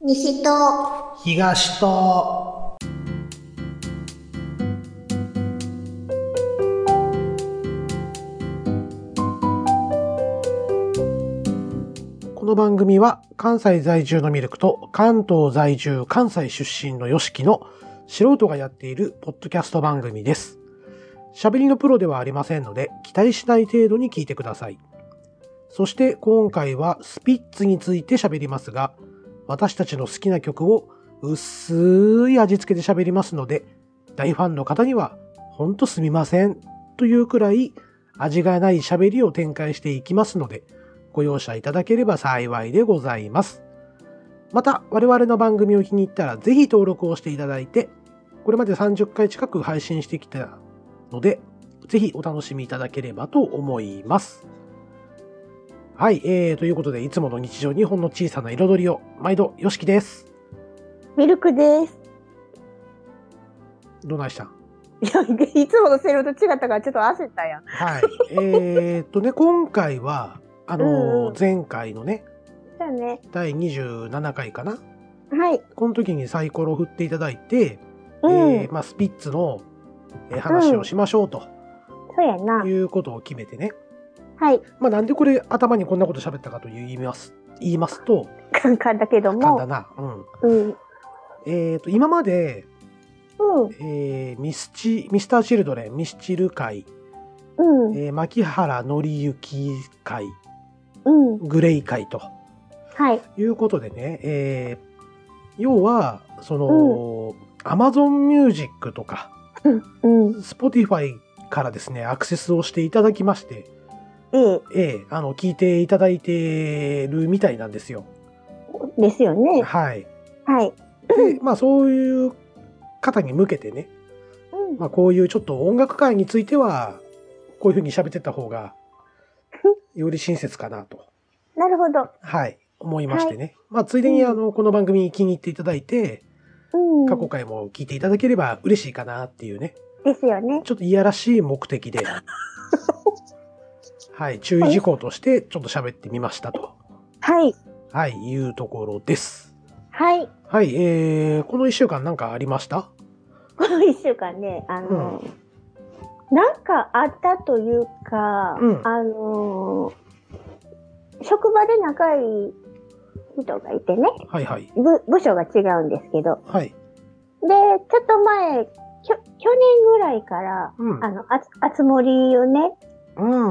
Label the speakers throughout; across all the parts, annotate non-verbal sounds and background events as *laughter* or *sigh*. Speaker 1: 西と
Speaker 2: 東とこの番組は関西在住のミルクと関東在住関西出身のヨシキの素人がやっているポッドキャスト番組です。喋りのプロではありませんので期待しない程度に聞いてください。そして今回はスピッツについて喋りますが、私たちの好きな曲を薄い味付けで喋りますので、大ファンの方にはほんとすみませんというくらい味がない喋りを展開していきますので、ご容赦いただければ幸いでございます。また、我々の番組を気に入ったら、ぜひ登録をしていただいて、これまで30回近く配信してきたので、ぜひお楽しみいただければと思います。はい、えー、ということで、いつもの日常にほんの小さな彩りを、毎度、よしきです。
Speaker 1: ミルクです。
Speaker 2: どうないしたん
Speaker 1: いや、いつものセリフと違ったからちょっと焦ったやん。
Speaker 2: はい。えーっとね、今回は、あ
Speaker 1: うんう
Speaker 2: の
Speaker 1: ん
Speaker 2: ー前回のね、
Speaker 1: だね。
Speaker 2: 第27回かな
Speaker 1: はい。
Speaker 2: この時にサイコロを振っていただいて、
Speaker 1: うん。
Speaker 2: えーまあ、スピッツの、えー話をしましょうと
Speaker 1: そうやな。
Speaker 2: いうことを決めてね、
Speaker 1: はい。
Speaker 2: まあ、なんでこれ頭にこんなこと喋ったかと言います言いますと
Speaker 1: 簡単だけど
Speaker 2: 簡
Speaker 1: も
Speaker 2: 単。な、うん
Speaker 1: うん。うん。
Speaker 2: えー、と今まで、えーミスチミスターチルドレンミスチル会、
Speaker 1: うん。
Speaker 2: えー牧原紀之会
Speaker 1: うん。
Speaker 2: グレイ会と
Speaker 1: はい。
Speaker 2: いうことでね、えー要はその、アマゾンミュージックとか
Speaker 1: うん。
Speaker 2: Spotify からですねアクセスをしていただきまして
Speaker 1: え
Speaker 2: ええ、あの、聞いていただいてるみたいなんですよ。
Speaker 1: え。ですよね。
Speaker 2: はい。
Speaker 1: はい。
Speaker 2: で、まあそういう方に向けてね、
Speaker 1: うん。
Speaker 2: まあこういうちょっと音楽界については、こういうふうに喋ってった方 *laughs* が、より親切かなと、
Speaker 1: なるほど。
Speaker 2: はい、思いましてね。まあついでに、
Speaker 1: うん
Speaker 2: あの、この番組に気に入っていただいて、
Speaker 1: うん。
Speaker 2: 過去回も聞いていただければ嬉しいかなっていうね、
Speaker 1: ですよね。
Speaker 2: ちょっといやらしい目
Speaker 1: *laughs*
Speaker 2: 的で、はい、注意事項としてちょっと喋ってみましたと、
Speaker 1: はい。
Speaker 2: はい、いうところです。
Speaker 1: はい。
Speaker 2: はい、えー、この1週間なんかありました
Speaker 1: この一週間ね、あの、なんかあったというか、
Speaker 2: うん
Speaker 1: あのー、職場で仲いい人がいてね、
Speaker 2: はいはい。
Speaker 1: 部部署が違うんですけど、
Speaker 2: はい。
Speaker 1: で、ちょっと前、きょ去年ぐらいから、
Speaker 2: うん。
Speaker 1: あの、あつ、あつ森をね、
Speaker 2: うん。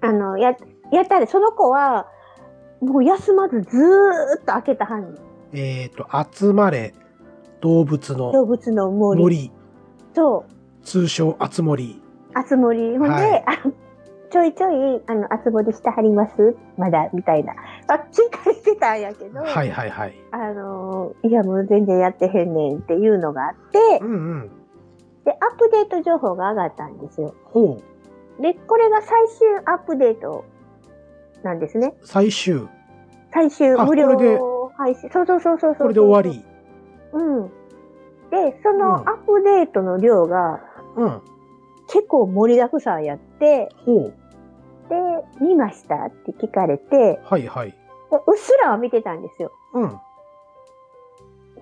Speaker 1: あの、や、やったで、その子は、もう休まずずーっと開けたはんねん
Speaker 2: えっ、ー、と、集まれ動物の
Speaker 1: 動物の森
Speaker 2: 森、
Speaker 1: と、
Speaker 2: 通称あつ森。
Speaker 1: あつ森。ほんで、
Speaker 2: はい
Speaker 1: あのちょいちょい、あの、あつ森してはりますまだ、みたいな。あ、聞かれてたんやけど、
Speaker 2: はいはいはい。
Speaker 1: あの、いや、もう全然やってへんねんっていうのがあって
Speaker 2: う、んうん。
Speaker 1: で、アップデート情報が上がったんですよ。
Speaker 2: ほう。
Speaker 1: で、これが最終アップデートなんですね。
Speaker 2: 最終。
Speaker 1: 最終
Speaker 2: あ
Speaker 1: 無料
Speaker 2: これで
Speaker 1: 配信。そうそうそうそうそう。
Speaker 2: これで終わり。
Speaker 1: うん。で、そのア
Speaker 2: うん
Speaker 1: ップデートの量が
Speaker 2: うん。
Speaker 1: 結構盛りだくさんやって、
Speaker 2: ほう。
Speaker 1: で、見ましたって聞かれて、
Speaker 2: はいはい。
Speaker 1: でうっすらは見てたんですよ。 *laughs*
Speaker 2: うん。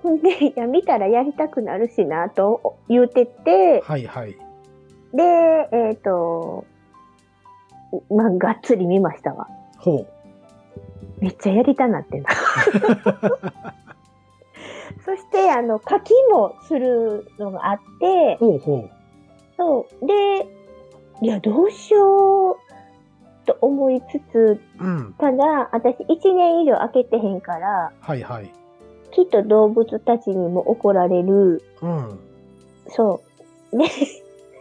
Speaker 1: ほんで、いや、見たらやりたくなるしな、と言うてて、
Speaker 2: はいはい。
Speaker 1: で、えっ、と、まあ、がっつり見ましたわ。
Speaker 2: ほ
Speaker 1: めっちゃやりたなってな。
Speaker 2: *laughs*
Speaker 1: そして、あの、課金もするのがあって
Speaker 2: う。、ほうほう。
Speaker 1: そう。で、いや、どうしようと思いつつ、
Speaker 2: うん。
Speaker 1: ただ、私1年以上開けてへんから、
Speaker 2: はいはい。
Speaker 1: きっと動物たちにも怒られる。
Speaker 2: うん。
Speaker 1: そう。で、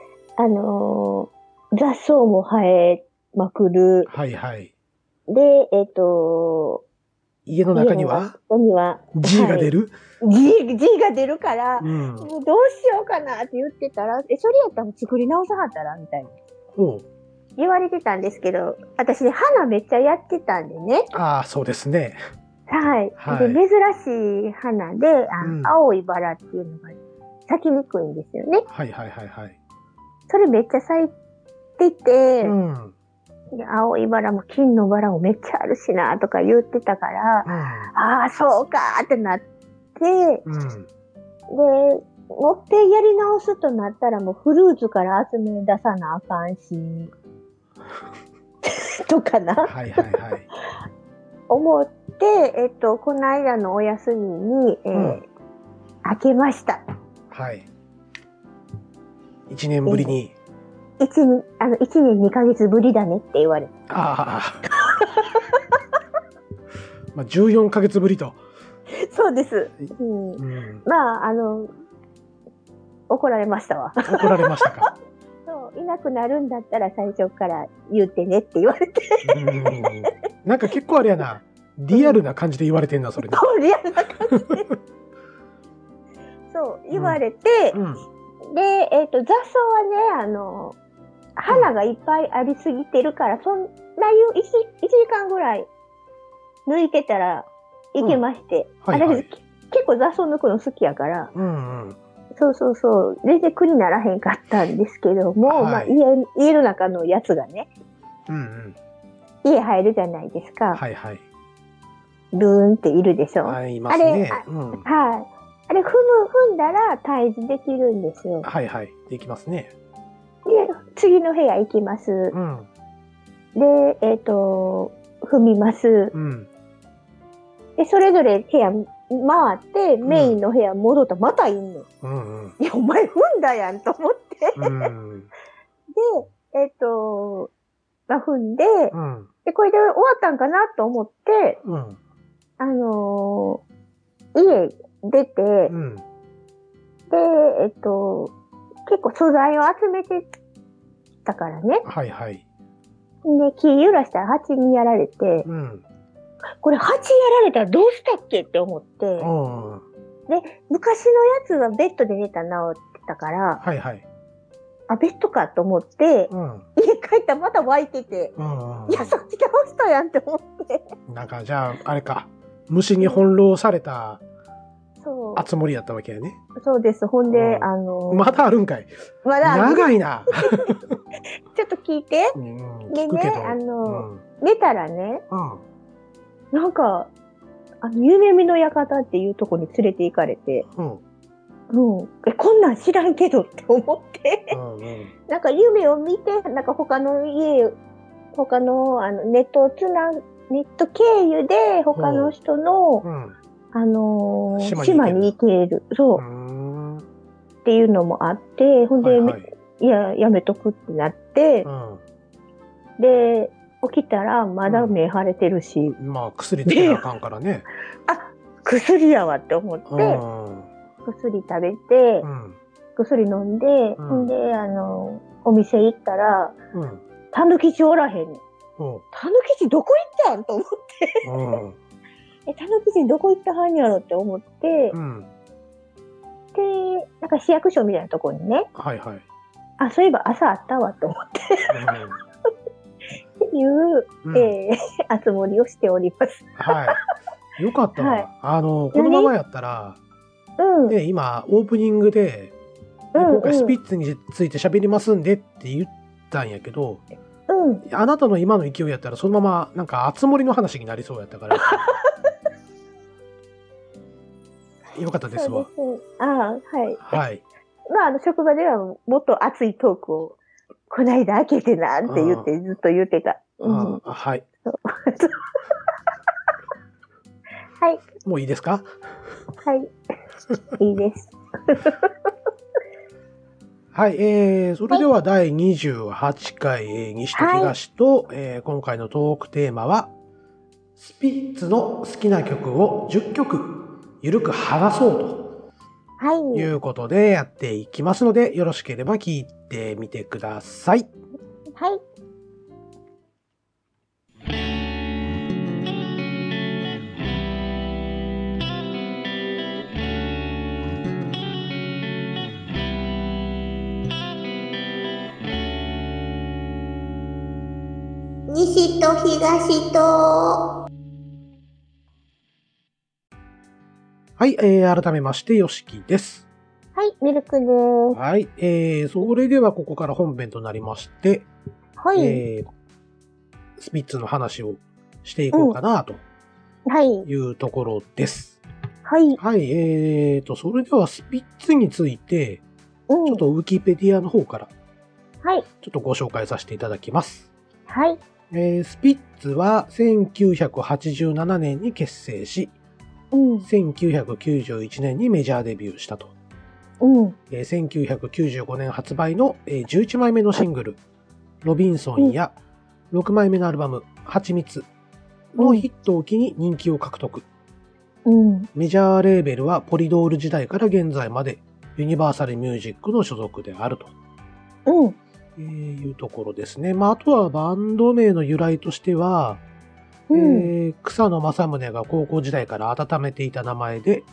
Speaker 1: *laughs* あのー雑草も生えまくる。
Speaker 2: はいはい。
Speaker 1: で、えっ、と
Speaker 2: 家の中には
Speaker 1: 家には
Speaker 2: G が出る、
Speaker 1: G, G が出るから、
Speaker 2: う
Speaker 1: も
Speaker 2: ん。
Speaker 1: うどうしようかなって言ってたら、え、それやったら作り直さはったらみたいな。
Speaker 2: ほう。
Speaker 1: 言われてたんですけど、私ね、花めっちゃやってたんでね。
Speaker 2: ああ、そうですね。
Speaker 1: はい。
Speaker 2: は
Speaker 1: で、
Speaker 2: い
Speaker 1: 珍しい花で、あの
Speaker 2: うん
Speaker 1: 青いバラっていうのが咲きにくいんですよね。
Speaker 2: はいはいはいはい。
Speaker 1: それめっちゃ咲いてて、
Speaker 2: うん。
Speaker 1: で青いバラも金のバラもめっちゃあるしなとか言ってたから、ああ、そうかーってなって、で、
Speaker 2: うん。うん。
Speaker 1: もってやり直すとなったらもうフルーツから集め出さなあかんし、 *laughs* とかな、
Speaker 2: はいはいはい。
Speaker 1: 思って、えっと、この間のお休みに、えー
Speaker 2: うん
Speaker 1: 開けました。
Speaker 2: はい。一年ぶりに。
Speaker 1: 一年、あの、一年二ヶ月ぶりだねって言われて。
Speaker 2: ああ。 *laughs* まあ、14ヶ月ぶりと。
Speaker 1: そうです。うん
Speaker 2: うん。
Speaker 1: まあ、あの、怒られましたわ。
Speaker 2: 怒られましたか。
Speaker 1: そう、いなくなるんだったら最初から言ってねって言われて、
Speaker 2: うん。なんか結構あれやな。リアルな感じで言われてんな、それな。
Speaker 1: こうリアルな感
Speaker 2: *laughs*
Speaker 1: じで。そう、言われて、
Speaker 2: うん。
Speaker 1: で、えっ、と、雑草はね、あの、花がいっぱいありすぎてるから、そんないう1、一時間ぐらい抜いてたらいけまして、
Speaker 2: うんはいはい
Speaker 1: 私け結構雑草抜くの好きやから、
Speaker 2: うんうん。
Speaker 1: そうそうそう。全然苦にならへんかったんですけども、
Speaker 2: はい
Speaker 1: まあ家、家の中のやつがね、
Speaker 2: うんうん。
Speaker 1: 家入るじゃないですか。
Speaker 2: はいはい。
Speaker 1: ブーンっているでしょ。はい。
Speaker 2: はい、いますね
Speaker 1: あ。
Speaker 2: うん。
Speaker 1: あれ、踏む、踏んだら退治できるんですよ。
Speaker 2: はいはい。できますね。
Speaker 1: で、次の部屋行きます。
Speaker 2: うん。
Speaker 1: で、えっ、と、踏みます。
Speaker 2: うん。
Speaker 1: で、それぞれ部屋回って、メインの部屋戻ったらまたいんの。
Speaker 2: うんうん。
Speaker 1: いや、お前踏んだやんと思って。
Speaker 2: うん。
Speaker 1: で、えっ、と、まあ、踏んで、
Speaker 2: うん。
Speaker 1: で、これで終わったんかなと思って、
Speaker 2: うん。
Speaker 1: あのー家出て、で、
Speaker 2: うん。
Speaker 1: えっと、結構素材を集めてたからね。
Speaker 2: はいはい。
Speaker 1: で、木揺らしたら蜂にやられて、
Speaker 2: うん。
Speaker 1: これ蜂やられたらどうしたっけって思って、
Speaker 2: うん。
Speaker 1: 昔のやつはベッドで寝たら治ってたから、
Speaker 2: はいはい。
Speaker 1: あ、ベッドかと思って、
Speaker 2: うん。うん
Speaker 1: 家帰ったらまた湧いてて、
Speaker 2: うん
Speaker 1: いや、さっき倒したやんって思って。
Speaker 2: うん。なんかじゃあ、あれか。虫に翻弄された
Speaker 1: そ
Speaker 2: あつ森やったわけやね。
Speaker 1: う。そうです。ほんで、
Speaker 2: うん
Speaker 1: あのー
Speaker 2: まだあるんかい。
Speaker 1: まだ、
Speaker 2: 長いな。
Speaker 1: ちょっと聞いて、
Speaker 2: うん
Speaker 1: でね
Speaker 2: 聞くけど。
Speaker 1: あ
Speaker 2: うん
Speaker 1: の。寝たらね、
Speaker 2: うん
Speaker 1: なんか、あの、夢見の館っていうとこに連れて行かれて、
Speaker 2: うん。
Speaker 1: うん。え、こんなん知らんけどって思って、
Speaker 2: うんうん。
Speaker 1: なんか夢を見て、なんか他の家、他の、あの、ネットをつな、ネット経由で他の人の、
Speaker 2: うん。
Speaker 1: あのー島に
Speaker 2: 島に
Speaker 1: 行ける。そうう、
Speaker 2: ん。は
Speaker 1: っていうのもあって、ほんで、
Speaker 2: いはい。
Speaker 1: いや、やめとくってなって
Speaker 2: う、
Speaker 1: で、起きたらまだ目腫れてるし、
Speaker 2: ん。まあ、薬つけなあかんからね。
Speaker 1: 薬やわって思って、
Speaker 2: うん。
Speaker 1: 薬食べて
Speaker 2: う、ん。
Speaker 1: 薬飲んで、
Speaker 2: うん
Speaker 1: ん、で、あの、お店行ったら、
Speaker 2: うん。
Speaker 1: たぬきちおらへん。
Speaker 2: うん
Speaker 1: たぬきちどこ行ったんと思っ
Speaker 2: うん。
Speaker 1: て、え、たぬきちどこ行ったはんやろって思って
Speaker 2: う、ん。
Speaker 1: で、なんか市役所みたいなところにね、
Speaker 2: はいはい。
Speaker 1: あ、そういえば朝あったわと思っていう、
Speaker 2: うん。うん
Speaker 1: えー、 *laughs* あつもりをしております。
Speaker 2: はい。よかったわ、
Speaker 1: はい
Speaker 2: あの、このままやったら、
Speaker 1: うん。
Speaker 2: ね、今、オープニングで、
Speaker 1: うんうん
Speaker 2: 今回スピッツについて喋りますんでって言ったんやけど、
Speaker 1: うん。
Speaker 2: あなたの今の勢いやったら、そのまま、なんか、あつ森の話になりそうやっ
Speaker 1: *laughs*
Speaker 2: たから。よかったですわ。
Speaker 1: そうです。あーはい。
Speaker 2: はい。
Speaker 1: まあ、あの、職場ではもっと熱いトークを、こないだ開けてなって言って、ずっと言ってた。うん。 *laughs* は
Speaker 2: あはい。
Speaker 1: い。
Speaker 2: もういいですか
Speaker 1: はい。いいです。
Speaker 2: はい。えー、それでは第28回、えー西と東と、えー今回のトークテーマは、スピッツの好きな曲を10曲、ゆるく話そうと。
Speaker 1: はい。
Speaker 2: ということでやっていきますので、よろしければ聞いてみてください。
Speaker 1: はい。西と東と。
Speaker 2: はい、えー、改めまして、よしきです。
Speaker 1: はい、ミルクです。
Speaker 2: はい、えー、それではここから本編となりまして、
Speaker 1: はい。
Speaker 2: えー、スピッツの話をしていこうかなと
Speaker 1: はい。
Speaker 2: いうところです。
Speaker 1: はい。
Speaker 2: はい、えーと、それではスピッツについて、
Speaker 1: うん。
Speaker 2: ちょっとウィキペディアの方から
Speaker 1: はい。
Speaker 2: ちょっとご紹介させていただきます。
Speaker 1: はい。
Speaker 2: えースピッツは1987年に結成し、
Speaker 1: うん。
Speaker 2: 1991年にメジャーデビューしたと。
Speaker 1: うん。
Speaker 2: えー1995年発売のえー11枚目のシングル、ロビンソンや6枚目のアルバム、ハチミツのヒットを機に人気を獲得。
Speaker 1: うん。
Speaker 2: メジャーレーベルはポリドール時代から現在までユニバーサルミュージックの所属であると
Speaker 1: うん。
Speaker 2: えーいうところですね。まあ、あとはバンド名の由来としては、
Speaker 1: うん。
Speaker 2: えー草野正宗が高校時代から温めていた名前で、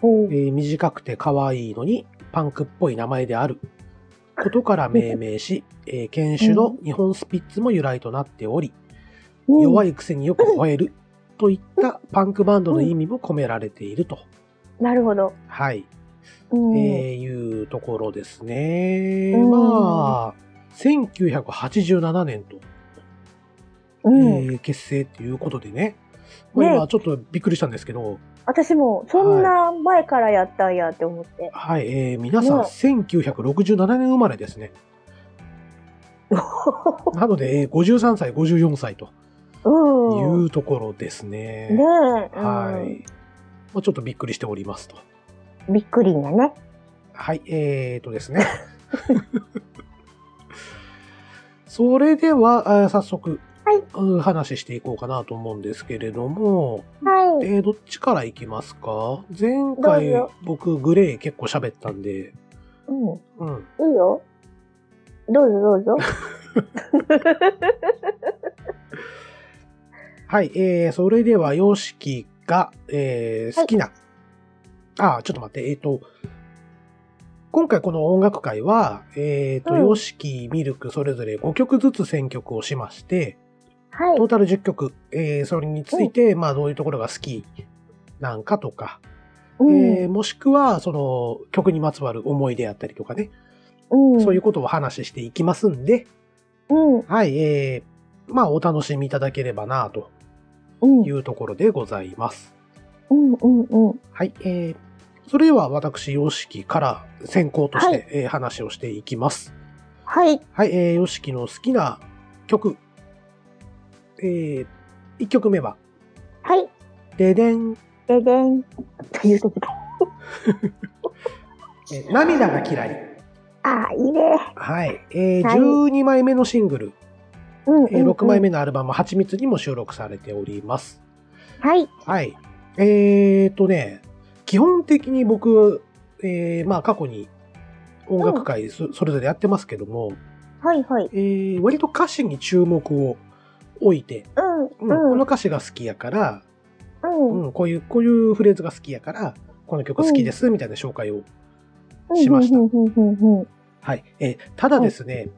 Speaker 1: ほ
Speaker 2: えー短くて可愛いのにパンクっぽい名前であることから命名し、 *laughs* えー犬種の日本スピッツも由来となっており、
Speaker 1: う
Speaker 2: 弱
Speaker 1: い。
Speaker 2: いくせによく吠えるといったパンクバンドの意味も込められていると。
Speaker 1: なるほど。
Speaker 2: はい。
Speaker 1: うん。
Speaker 2: えーいうところですね。
Speaker 1: うん
Speaker 2: まあ、1987年と、
Speaker 1: うん。
Speaker 2: えー結成っていうことでね。まあ、
Speaker 1: ね
Speaker 2: 今ちょっとびっくりしたんですけど、
Speaker 1: 私も、そんな前からやったんやって思って。
Speaker 2: はい、えー皆さん
Speaker 1: ね
Speaker 2: 1967年生まれですね。なので、えー53歳、54歳と
Speaker 1: うん。
Speaker 2: いうところですね。
Speaker 1: ねえ。
Speaker 2: は。
Speaker 1: はい
Speaker 2: まあ、ちょっとびっくりしておりますと。
Speaker 1: い。びっくりなね。
Speaker 2: はい、えーとですね。 *laughs* それでは、あ早速、
Speaker 1: はい
Speaker 2: うん話していこうかなと思うんですけれども、
Speaker 1: はい。
Speaker 2: えーどっちからいきますか前
Speaker 1: どう
Speaker 2: 回
Speaker 1: ぞ
Speaker 2: 僕、グレー結構喋ったんで、
Speaker 1: うん。
Speaker 2: うん。
Speaker 1: いいよ。どうぞどうぞ。
Speaker 2: はい、えー、それでは、ヨシキが、えー、
Speaker 1: はい
Speaker 2: 好きな、あー、ちょっと待って、えっ、と、今回この音楽会は、えっ、と、
Speaker 1: うん
Speaker 2: ヨシキ、ミルク、それぞれ5曲ずつ選曲をしまして、
Speaker 1: はい
Speaker 2: トー。タル10曲、えーそれについて、まあ、どういうところが好きなんかとか、えーもしくは、その、曲にまつわる思い出やったりとかね、
Speaker 1: うん。
Speaker 2: そういう
Speaker 1: う。
Speaker 2: ことをお話ししていきますんで、
Speaker 1: うん。
Speaker 2: はい、えー、まあ、お楽しみいただければな、と
Speaker 1: うん。
Speaker 2: いうところでございます。
Speaker 1: うん。うん。うん。
Speaker 2: はい、えー、それでは私、様式から先行として、
Speaker 1: はい
Speaker 2: えー話をしていきます。
Speaker 1: はい。
Speaker 2: はい、えー、様式の好きな曲。えー、1曲目は、
Speaker 1: はい。
Speaker 2: ででん、
Speaker 1: ででん。ということか。
Speaker 2: えー涙が嫌い。
Speaker 1: ああ、いいね。
Speaker 2: はい、えー、
Speaker 1: はい
Speaker 2: 12枚目のシングル、
Speaker 1: うん。
Speaker 2: えー6枚
Speaker 1: 目。
Speaker 2: 目のアルバム、蜂蜜にも収録されております。
Speaker 1: はい。
Speaker 2: はい。えーとね、基本的に僕、えー、まあ過去に音楽会そそれぞれやってますけども、
Speaker 1: はい。はい。
Speaker 2: えー割と歌詞に注目を置いて、
Speaker 1: うん。
Speaker 2: うんこの歌詞が好きやから、
Speaker 1: うん。うん。
Speaker 2: うん、こういう、こういうフレーズが好きやから、この曲好きです、みたいな紹介を。しました
Speaker 1: うん。うん。うん。うん。
Speaker 2: はい。えーただですね、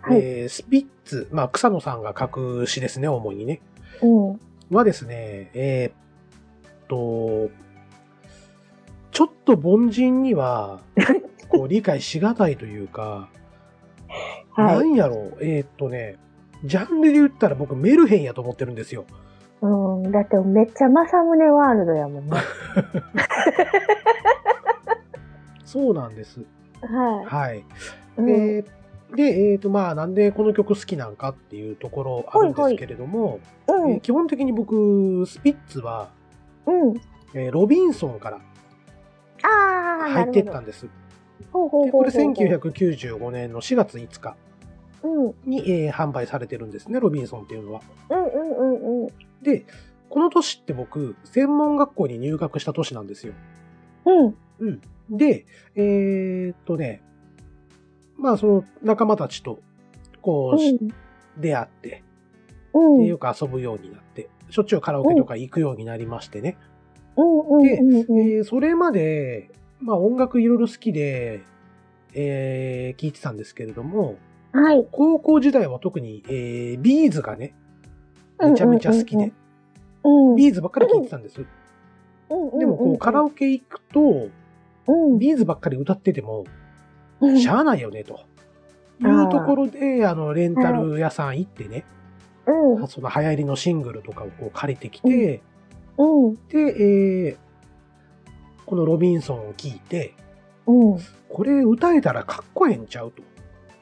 Speaker 1: はい。
Speaker 2: えースピッツ、まあ草野さんが書く詩ですね、主にね。
Speaker 1: うん。
Speaker 2: はですね、えーっと、ちょっと凡人
Speaker 1: *laughs*
Speaker 2: には、こう理解しがたいというか、な
Speaker 1: はい。
Speaker 2: んやろう、えーっとね、ジャンルで言ったら僕メルヘンやと思ってるんですよ。
Speaker 1: うん。だってめっちゃ正宗ワールドやもんね。
Speaker 2: そうなんです。
Speaker 1: は
Speaker 2: はい。
Speaker 1: い。うん。
Speaker 2: えーで、えーっと、まあ、なんでこの曲好きなんかっていうところあるんですけれども、
Speaker 1: う
Speaker 2: えー
Speaker 1: ん。
Speaker 2: 基本的に僕、スピッツは、
Speaker 1: うん。
Speaker 2: えーロビンソンから
Speaker 1: ああ、な
Speaker 2: 入ってっ
Speaker 1: るほ
Speaker 2: た
Speaker 1: ど。
Speaker 2: んです。
Speaker 1: ほうほう
Speaker 2: で
Speaker 1: ほうほう。
Speaker 2: これ1995年の4月5日。
Speaker 1: うん。うん
Speaker 2: に、えー販売されてるんですね、ロビンソンっていうのは。
Speaker 1: うんうんうん。
Speaker 2: で、この年って僕、専門学校に入学した年なんですよ。
Speaker 1: うん。
Speaker 2: で、えーっとね、まあその仲間たちと、こう、し出会って、
Speaker 1: うん。
Speaker 2: でよく遊ぶようになって、しょっちゅうカラオケとか行くようになりましてね。
Speaker 1: うん。うん。うん。
Speaker 2: えーそれまで、まあ音楽いろいろ好きで、えー、聞いてたんですけれども、
Speaker 1: はい。
Speaker 2: 高校時代は特に、えー、ビーズがね、めちゃめちゃ好きで、
Speaker 1: うん。
Speaker 2: ビーズばっかり聞いてたんです。でもこうカラ
Speaker 1: オ
Speaker 2: オケ行くと、
Speaker 1: ケ
Speaker 2: ビーズばっかり歌ってても、しゃあないよね、と。いうところで、あの、レンタル屋さん行ってね、
Speaker 1: うん。
Speaker 2: その流行りのシングルとかをこう借りてきて、
Speaker 1: うん。
Speaker 2: で、えーこのロビンソンを聴いて、
Speaker 1: うん。
Speaker 2: これ歌えたらかっこええんちゃうと。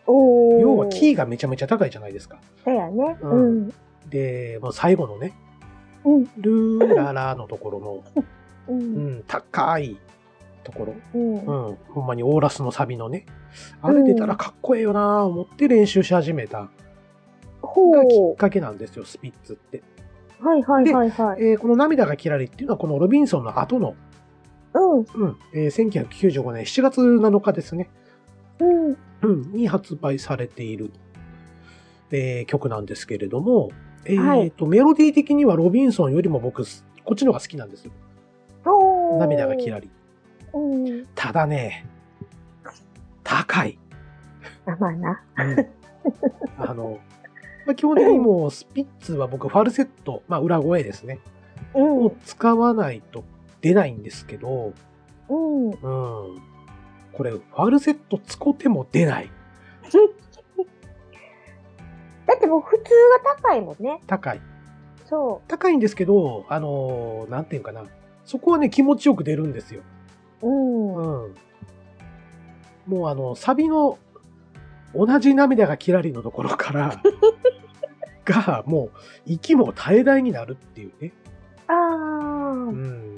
Speaker 1: おー。
Speaker 2: 要はキーがめちゃめちゃ高いじゃないですか。
Speaker 1: だよね。
Speaker 2: う
Speaker 1: うんん。
Speaker 2: で、もう最後のね、
Speaker 1: うん。
Speaker 2: ルーララのところ
Speaker 1: う。
Speaker 2: の、うんん、高いところ、
Speaker 1: うん。
Speaker 2: うん、ほんまにオーラスのサビのね、あれ出たらかっこええよなぁ思って練習し始めたがき
Speaker 1: ほ
Speaker 2: っかけなんですよ、スピッツって。
Speaker 1: う。はいはいはいはい。
Speaker 2: えーこの涙がキラリっていうのはこのロビンソンの後の、
Speaker 1: うん。
Speaker 2: うんえー1995年7月7日ですね、
Speaker 1: うん。
Speaker 2: うん、に発売されている、えー曲なんですけれども、えー
Speaker 1: はい
Speaker 2: とメロディー的にはロビンソンよりも僕、こっちの方が好きなんですよ。
Speaker 1: おー。
Speaker 2: 涙がキラ
Speaker 1: い。
Speaker 2: リ。
Speaker 1: うん。
Speaker 2: ただね、高い。
Speaker 1: あ、まあな。
Speaker 2: あの、まあ、基本的にもうスピッツは僕ファルセット、まあ裏声ですね、
Speaker 1: うん。
Speaker 2: を使わないと出ないんですけど、
Speaker 1: うん。
Speaker 2: うん。これ、ファルセット使っても出ない。
Speaker 1: だってもう普通が高いもんね。
Speaker 2: 高い。
Speaker 1: そ
Speaker 2: 高いんですけど、あのーなんていうかな。そこはね、気持ちよく出るんですよ。
Speaker 1: う。うん。
Speaker 2: う
Speaker 1: うん
Speaker 2: ん。もうあの、サビの、同じ涙がキラリのところから、が、もう、息も絶え大になるっていうね。
Speaker 1: あ
Speaker 2: うん。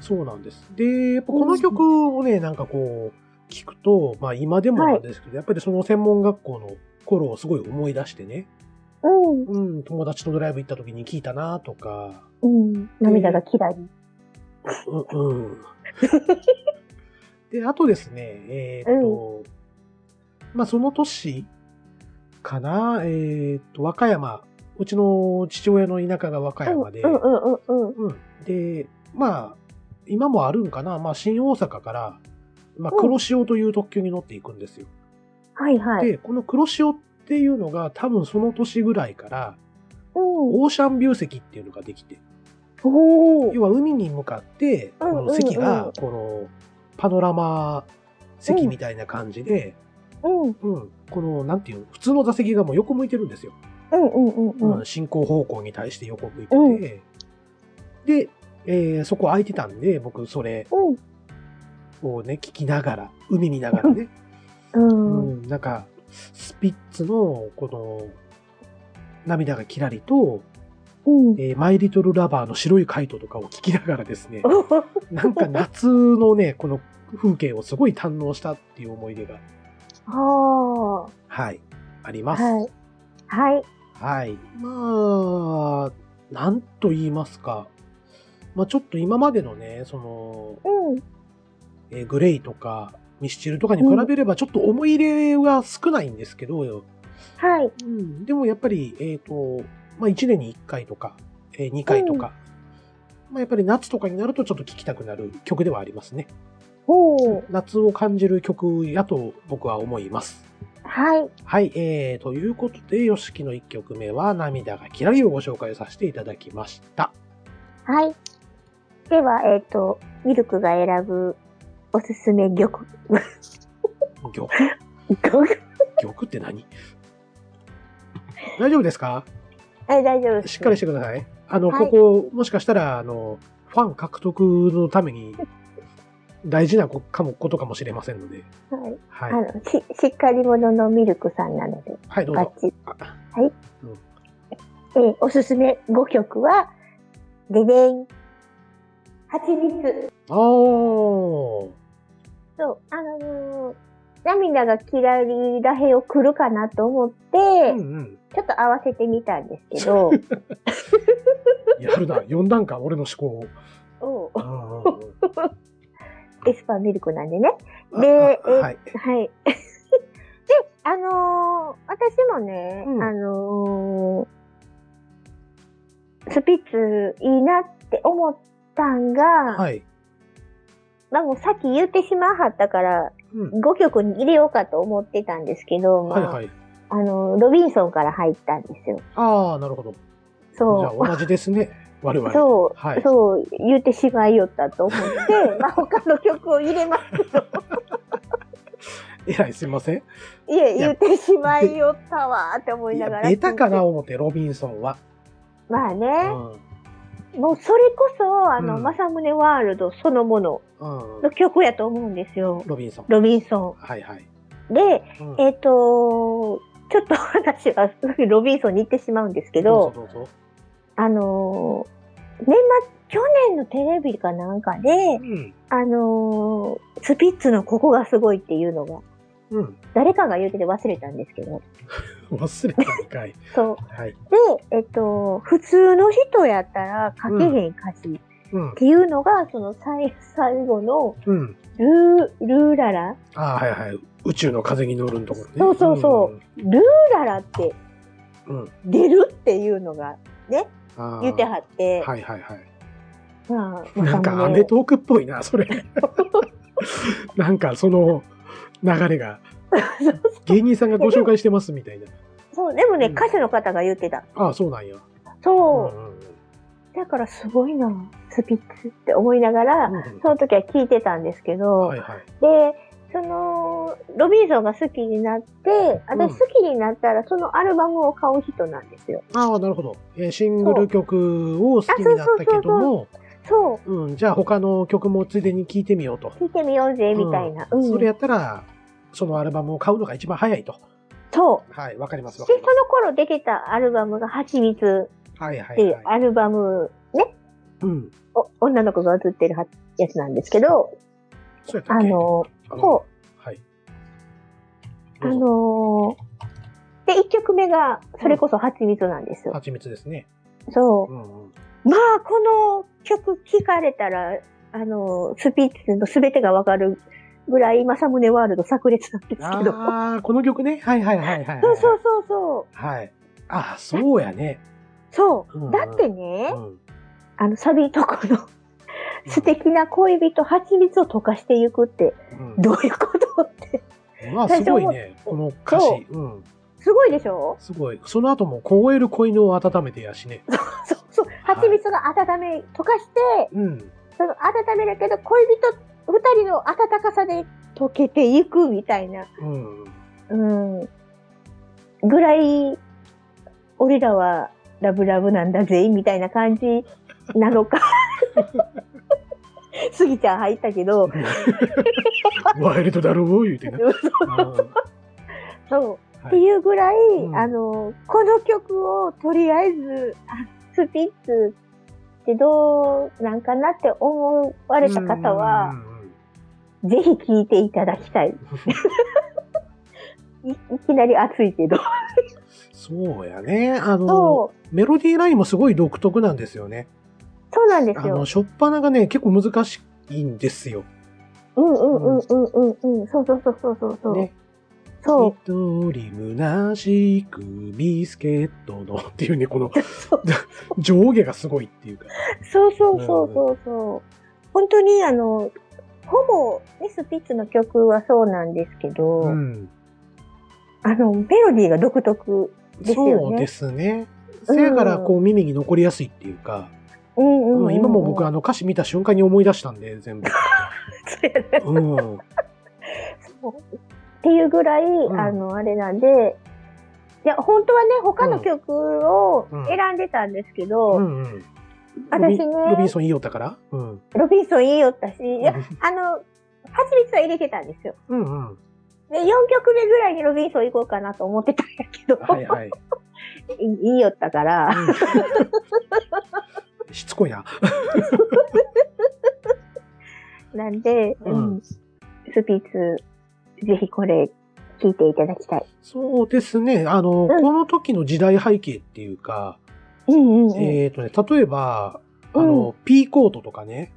Speaker 2: そうなんです。で、やっぱこの曲をね、なんかこう、聞くと、まあ今でもなんですけど、やっぱりその専門学校の頃をすごい思い出してね、
Speaker 1: あ。うん。
Speaker 2: うん、友達とドライブ行った時に聞いたなとか、
Speaker 1: うん。涙がキラリ。
Speaker 2: うん、うん。で、あとですね、えーっと、まあその年かな、えーっと、和歌山、うちの父親の田舎が和歌
Speaker 1: うん。う
Speaker 2: 山
Speaker 1: ん
Speaker 2: で、
Speaker 1: うんうんうん。
Speaker 2: うん、で、まあ、今もあるんかな、まあ、新大阪から、まあ、
Speaker 1: うん
Speaker 2: 黒潮という特急に乗っていくんですよ。
Speaker 1: はいはい。
Speaker 2: で、この黒潮っていうのが、多分その年ぐらいから、
Speaker 1: うん。
Speaker 2: オーシャンビュー席っていうのができて、
Speaker 1: おー。
Speaker 2: 要は海に向かって、こ
Speaker 1: うんうんうん
Speaker 2: の席が、この、パノラマ席みたいな感じで、
Speaker 1: うん。
Speaker 2: うん、この、なんていうの、普通の座席がもう横向いてるんですよ。
Speaker 1: うんうんうん
Speaker 2: う
Speaker 1: うん
Speaker 2: ん、。進行方向に対して横向いてて、
Speaker 1: う
Speaker 2: で、えーそこ空いてたんで、僕、それ、
Speaker 1: うん。
Speaker 2: をね、聞きながら、海見ながらね、
Speaker 1: *laughs*
Speaker 2: う
Speaker 1: うん。
Speaker 2: ん、なんか、スピッツの、この、涙がキラリと、
Speaker 1: うん。
Speaker 2: えーマイリトルラバーの白いカイトとかを聞きながらですね、
Speaker 1: *laughs* あ
Speaker 2: なんか夏のね、この風景をすごい堪能したっていう思い出が、
Speaker 1: あ。
Speaker 2: はい、あります。
Speaker 1: はい。はい。
Speaker 2: はい。まあ、なんと言いますか、まあちょっと今までのね、その、
Speaker 1: うん。
Speaker 2: えーグレイとか、ミスチルとかに比べればちょっと思い入れは少ないんですけど、
Speaker 1: はい。
Speaker 2: うん、でもやっぱり、えっ、と、まあ、1年に1回とか、え2回とか、まあ、やっぱり夏とかになるとちょっと聴きたくなる曲ではありますね。
Speaker 1: ほう。
Speaker 2: 夏を感じる曲やと僕は思います。
Speaker 1: はい。
Speaker 2: はい、えー、ということで、ヨシキの1曲目は、涙がキラリをご紹介させていただきました。
Speaker 1: はい。では、えっ、と、ミルクが選ぶおすすめ玉。 *laughs*
Speaker 2: 玉、
Speaker 1: 玉
Speaker 2: 玉って何大丈夫ですか
Speaker 1: はい、大丈夫です。
Speaker 2: しっかりしてください。あの、
Speaker 1: はい
Speaker 2: ここ、もしかしたら、あの、ファン獲得のた
Speaker 1: *laughs*
Speaker 2: めに、大事なこかもことかもしれませんので。
Speaker 1: はい。
Speaker 2: は
Speaker 1: あ
Speaker 2: い。
Speaker 1: の、し、しっかり者のミルクさんなので、
Speaker 2: はい、どう
Speaker 1: バ
Speaker 2: ぞ。
Speaker 1: ッチリ。
Speaker 2: あ
Speaker 1: はい
Speaker 2: うん。
Speaker 1: えーおすすめ5曲は、ででん。蜂蜜。
Speaker 2: おー。
Speaker 1: そう、あのー涙が嫌いらへんを来るかなと思って、
Speaker 2: うんうん。
Speaker 1: ちょっと合わせてみたんですけ
Speaker 2: *laughs*
Speaker 1: ど、
Speaker 2: やるな。4段階、俺の思考を
Speaker 1: おう
Speaker 2: うんうんうん。
Speaker 1: エスパーミルクなんでね。*laughs*
Speaker 2: あ
Speaker 1: で
Speaker 2: あはい。
Speaker 1: はい。 *laughs* で、あのー私もね、
Speaker 2: うん
Speaker 1: あのースピッツいいなって思ったんが、
Speaker 2: はい。
Speaker 1: まあもうさっき言ってしまはったから、
Speaker 2: うん。
Speaker 1: 5曲に入れようかと思ってたんですけど、まあ
Speaker 2: はいはい。
Speaker 1: あのーロビンソンから入ったんですよ。
Speaker 2: ああ、なるほど。じゃ
Speaker 1: そ
Speaker 2: あ、同じで
Speaker 1: *laughs*
Speaker 2: すね。我
Speaker 1: う。
Speaker 2: 々。
Speaker 1: そう、
Speaker 2: はい
Speaker 1: そう、言って
Speaker 2: *laughs*
Speaker 1: しまいよったと思って、まあ他の曲を入れます。
Speaker 2: えらいすいません。
Speaker 1: いえ、
Speaker 2: いや
Speaker 1: 言ってしまいよったわーって思い
Speaker 2: い
Speaker 1: な
Speaker 2: や
Speaker 1: が、ら。
Speaker 2: ベタかな思って、ロビンソンは。
Speaker 1: まあね、
Speaker 2: うん。
Speaker 1: もうそれこそ、あの、
Speaker 2: うん
Speaker 1: 政宗ワールドそのもの
Speaker 2: うん
Speaker 1: の。曲やと思うんですよ。
Speaker 2: ロビンソン。
Speaker 1: ロビンソ
Speaker 2: はいはい。
Speaker 1: ン。で、
Speaker 2: うん
Speaker 1: えっ、とちょっと話は *laughs* すぐロビンソンに行ってしまうんですけ
Speaker 2: ど
Speaker 1: ど
Speaker 2: うぞ、どうぞ。
Speaker 1: あのー年末、去年のテレビかなんかで、
Speaker 2: うん。
Speaker 1: あのースピッツのここがすごいっていうのが、
Speaker 2: うん。
Speaker 1: 誰かが言うてて忘れたんですけど、
Speaker 2: 忘れたんかい。
Speaker 1: そう。
Speaker 2: はい。
Speaker 1: で、えっと、普通の人やったら書けへん歌詞っ
Speaker 2: うん。
Speaker 1: ていうのが、その最 *laughs* 最後の
Speaker 2: うん。
Speaker 1: ルー、ルーララ
Speaker 2: ああ、はいはい。宇宙の風に乗るんところね。
Speaker 1: そうそうそうルーララって
Speaker 2: うん。うん。
Speaker 1: 出るっていうのが
Speaker 2: ああ
Speaker 1: 言ってはって、
Speaker 2: はいはいはい。
Speaker 1: まあ、
Speaker 2: なんか
Speaker 1: ま
Speaker 2: ア
Speaker 1: あ
Speaker 2: メトークっぽいな、そ
Speaker 1: *laughs*
Speaker 2: れ。なんかその流
Speaker 1: *laughs*
Speaker 2: れが。芸人さんがご紹介してますみたいな。
Speaker 1: そう、でもね、
Speaker 2: うん
Speaker 1: 歌手の方が言ってた。
Speaker 2: ああ、そうなんや。うん
Speaker 1: そうう、
Speaker 2: んうん
Speaker 1: だからすごいな、スピッツって思いながら、
Speaker 2: うん
Speaker 1: その時は聞いてたんですけど、
Speaker 2: はいはい。
Speaker 1: で、その、ロビンソンが好きになって、私
Speaker 2: うん
Speaker 1: 好きになったら、そのアルバムを買う人なんですよ。
Speaker 2: ああ、なるほど。えーシングル曲を好きになったけども、
Speaker 1: そ
Speaker 2: うん、じゃあ他の曲もついでに聴いてみようと。
Speaker 1: う、聞いてみようぜ、みたいな。うん。
Speaker 2: それやったら、そのアルバムを買うのが一番早いと。
Speaker 1: そう。
Speaker 2: はい、わかります。
Speaker 1: で、
Speaker 2: わ
Speaker 1: そ
Speaker 2: か
Speaker 1: の
Speaker 2: ります。
Speaker 1: 頃出てたアルバムが、蜂蜜
Speaker 2: はいは
Speaker 1: ってい
Speaker 2: いうはい。
Speaker 1: アルバム、ね、
Speaker 2: うん。
Speaker 1: お女の子が映ってるはやつなんですけど、
Speaker 2: そうやったっ
Speaker 1: あ
Speaker 2: け
Speaker 1: の、
Speaker 2: あの
Speaker 1: そ
Speaker 2: はい。
Speaker 1: う、あ
Speaker 2: どうぞ
Speaker 1: のーで、一曲目が、それこそ蜂蜜なんですよ。
Speaker 2: 蜂蜜ですね。
Speaker 1: そう
Speaker 2: う。んうん。
Speaker 1: まあ、この曲聴かれたら、あの、スピッツの全てがわかるぐらい、正宗ワールド炸裂なんですけど。
Speaker 2: ああ、この曲ね。はいはいはいはい。
Speaker 1: そうそう。そうそう。
Speaker 2: はい。ああ、そうやね。
Speaker 1: そう。
Speaker 2: うんうん
Speaker 1: だって
Speaker 2: う
Speaker 1: ね、
Speaker 2: ん。
Speaker 1: あの、サビのとこの、素敵な恋人、蜂蜜を溶かしていくって、
Speaker 2: うん
Speaker 1: どういうことって。
Speaker 2: まあ、すごいね。この歌
Speaker 1: そ
Speaker 2: 詞。うん。
Speaker 1: すごいでしょ
Speaker 2: すごい。その後も凍える恋のを温めてやしね。
Speaker 1: そうそう。蜂蜜が温め、溶かして、
Speaker 2: うん。
Speaker 1: その温めるけど、恋人二人の温かさで溶けていくみたいな。
Speaker 2: うん。
Speaker 1: うん。ぐらい、俺らはラブラブなんだぜ、みたいな感じなの
Speaker 2: *laughs*
Speaker 1: か。スギちゃん入ったけど、
Speaker 2: ワイルドだろう言
Speaker 1: *laughs*
Speaker 2: うてな。う
Speaker 1: そう。
Speaker 2: はい
Speaker 1: っていうぐらい、
Speaker 2: うん
Speaker 1: あの、この曲をとりあえず、あスピッツってどうなんかなって思われた方は、
Speaker 2: んうんうん
Speaker 1: ぜひ聴いていただき
Speaker 2: *laughs*
Speaker 1: たい。いいきなり熱いけど。
Speaker 2: そうやね。あの、
Speaker 1: そう。
Speaker 2: メロディーラインもすごい独特なんですよね。
Speaker 1: そうなんで
Speaker 2: あ
Speaker 1: すよ
Speaker 2: の、。しょっぱながね、結構難しいんですよ。
Speaker 1: うんうんうんうんうんうん。そうそうそうそうそうそう。
Speaker 2: ね。
Speaker 1: そう。
Speaker 2: 一人虚しくビスケットのっていうね、この
Speaker 1: そう
Speaker 2: *laughs* 上下がすごいっていうか。
Speaker 1: そうそうそうそうそう。本当にあの、ほぼ、ね、スピッツの曲はそうなんですけど、
Speaker 2: うん。
Speaker 1: あの、メロディーが独特。ですよね
Speaker 2: そうですね。せやから、こう耳に残りやすいっていうか、
Speaker 1: うんうん
Speaker 2: うん今も僕あ
Speaker 1: の、
Speaker 2: の歌詞見た瞬間に思い出したんで、全部。
Speaker 1: そうやね *laughs*
Speaker 2: うん。
Speaker 1: そうっていうぐらい、
Speaker 2: ん
Speaker 1: あの、あれなんで、いや、本当はね、他の曲を
Speaker 2: うん
Speaker 1: 選んでたんですけど、
Speaker 2: うんうん。
Speaker 1: 私ね
Speaker 2: ロビンロビンソン言いよったからうん。
Speaker 1: ロビンソンいいよったし、いや、
Speaker 2: うん
Speaker 1: あの、蜂蜜は入れてたんですよ。
Speaker 2: うんうん。
Speaker 1: で、4曲目ぐらいにロビンソン行こうかなと思ってたんやけど、
Speaker 2: はいはい。
Speaker 1: *laughs* いい *laughs* よったから、
Speaker 2: うん *laughs* しつこいな。
Speaker 1: なんで、う
Speaker 2: うん
Speaker 1: ん、スピッツ、ぜひこれ、聞いていただきたい。
Speaker 2: そうですね。あの、
Speaker 1: ん
Speaker 2: この時の時代背景っていうか、
Speaker 1: うんうんうん。
Speaker 2: えっ、とね、例えば、あの、ピーコートとかね、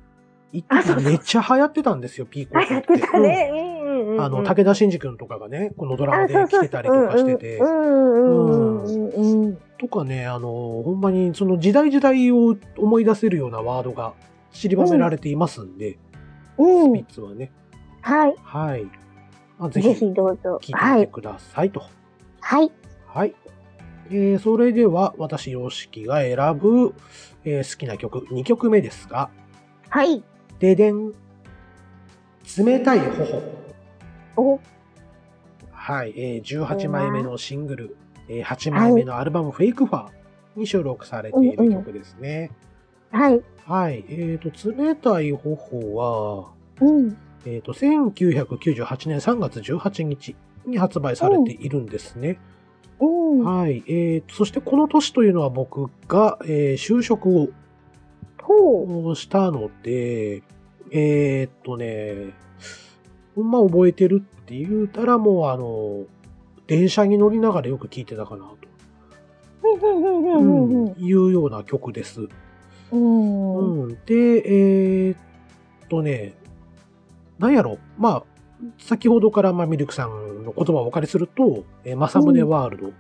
Speaker 2: 一
Speaker 1: あそう
Speaker 2: 時めっちゃ流行ってたんですよ、ピーコ
Speaker 1: あ、
Speaker 2: ート
Speaker 1: やっ
Speaker 2: って
Speaker 1: て。たね。うんうんうん
Speaker 2: う
Speaker 1: うんん。
Speaker 2: あの、武田真治君とかがね、このドラマで来てたりとかしてて
Speaker 1: あ、そうそうそううんうんうんうんうんうん。
Speaker 2: とかね、あの、ほんまにその時代時代を思い出せるようなワードが散りばめられていますんで、
Speaker 1: うん
Speaker 2: 3つはね。
Speaker 1: はい。
Speaker 2: はい。まあ、ぜ
Speaker 1: ぜ
Speaker 2: ひ、
Speaker 1: ひどうぞ。
Speaker 2: 聞い
Speaker 1: は
Speaker 2: てみて
Speaker 1: い。
Speaker 2: くださいと。
Speaker 1: はい。
Speaker 2: はい。えーそれでは、私、様式が選ぶ、えー好きな曲、2曲目ですが、
Speaker 1: はい。
Speaker 2: ででん。冷たい頬。
Speaker 1: お、
Speaker 2: はい、えー18枚目のシングル、えー8枚目のアルバム、フェイクファーに収録されている曲ですね。
Speaker 1: はい。
Speaker 2: はい、えっ、と、冷たい頬は、
Speaker 1: うん。
Speaker 2: えっ、と、1998年3月18日に発売されているんですね。
Speaker 1: うん。
Speaker 2: はい、えーそしてこの年というのは僕が、えー就職を
Speaker 1: ほう。
Speaker 2: したので、えーっとね、ほんま覚えてるって言うたらもうあの、電車に乗りながらよく聴いてたかな
Speaker 1: うんうんうんうんう
Speaker 2: と、
Speaker 1: ん
Speaker 2: いうような曲です。
Speaker 1: うん。うん。
Speaker 2: うん、で、えーっとね、なんやろ、まあ、先ほどから、まあ、ミルクさんの言葉をお借りすると、えー、政宗ワール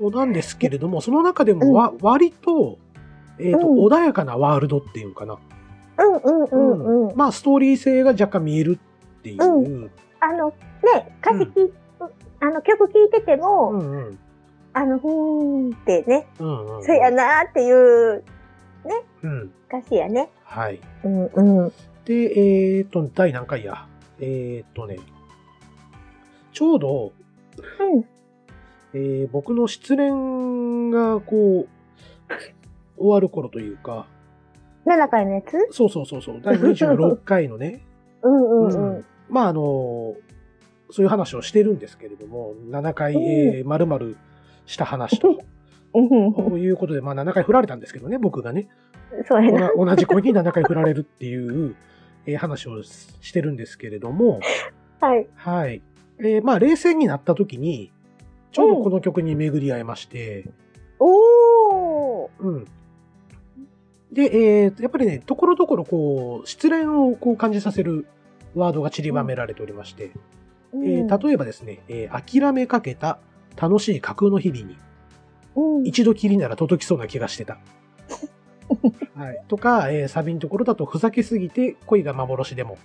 Speaker 2: ド、なんですけれども、その中でもわ、割と、えーっと、
Speaker 1: うん
Speaker 2: 穏やかなワールドっていうかな。
Speaker 1: うんうんうん。
Speaker 2: まあ、ストーリー性が若干見えるっていう。
Speaker 1: うあの、ね、歌詞聞い、あの、曲聴いてて
Speaker 2: う
Speaker 1: も、
Speaker 2: んうん。
Speaker 1: あの、ふーんってね、
Speaker 2: うんうん。
Speaker 1: そうやなーっていう
Speaker 2: うん。
Speaker 1: 歌詞やね。
Speaker 2: はい。
Speaker 1: うんうん。
Speaker 2: で、えーっと、第何回や。えーっとね、ちょうど、
Speaker 1: うん
Speaker 2: えー僕の失恋がこう、終わる頃というか、
Speaker 1: 7回のやつ
Speaker 2: そうそうそうそう、第26回
Speaker 1: *laughs*
Speaker 2: のね、
Speaker 1: うんうんうん。
Speaker 2: まああの、そういう話をしてるんですけれども、7回、えー、丸々した話と、
Speaker 1: うん *laughs*
Speaker 2: ということで、まあ7回振られたんですけどね、僕がね。
Speaker 1: そうや
Speaker 2: お
Speaker 1: な。
Speaker 2: な同じ子に7回振られるっていう、えー話をししてるんですけれども、
Speaker 1: はい。
Speaker 2: はい。えーまあ冷静になった時に、ちょうどこの曲に巡り合いまして、
Speaker 1: おー。
Speaker 2: うん。で、えーやっぱりね、ところどころこう、失恋をこう感じさせるワードが散りばめられておりまして、えー例えばですね、えー諦めかけた楽しい架空の日々に、
Speaker 1: うん
Speaker 2: 一度きりなら届きそうな気がし
Speaker 1: *laughs*
Speaker 2: てた。はい、とか、えーサビのところだと、ふざけすぎて恋が幻でも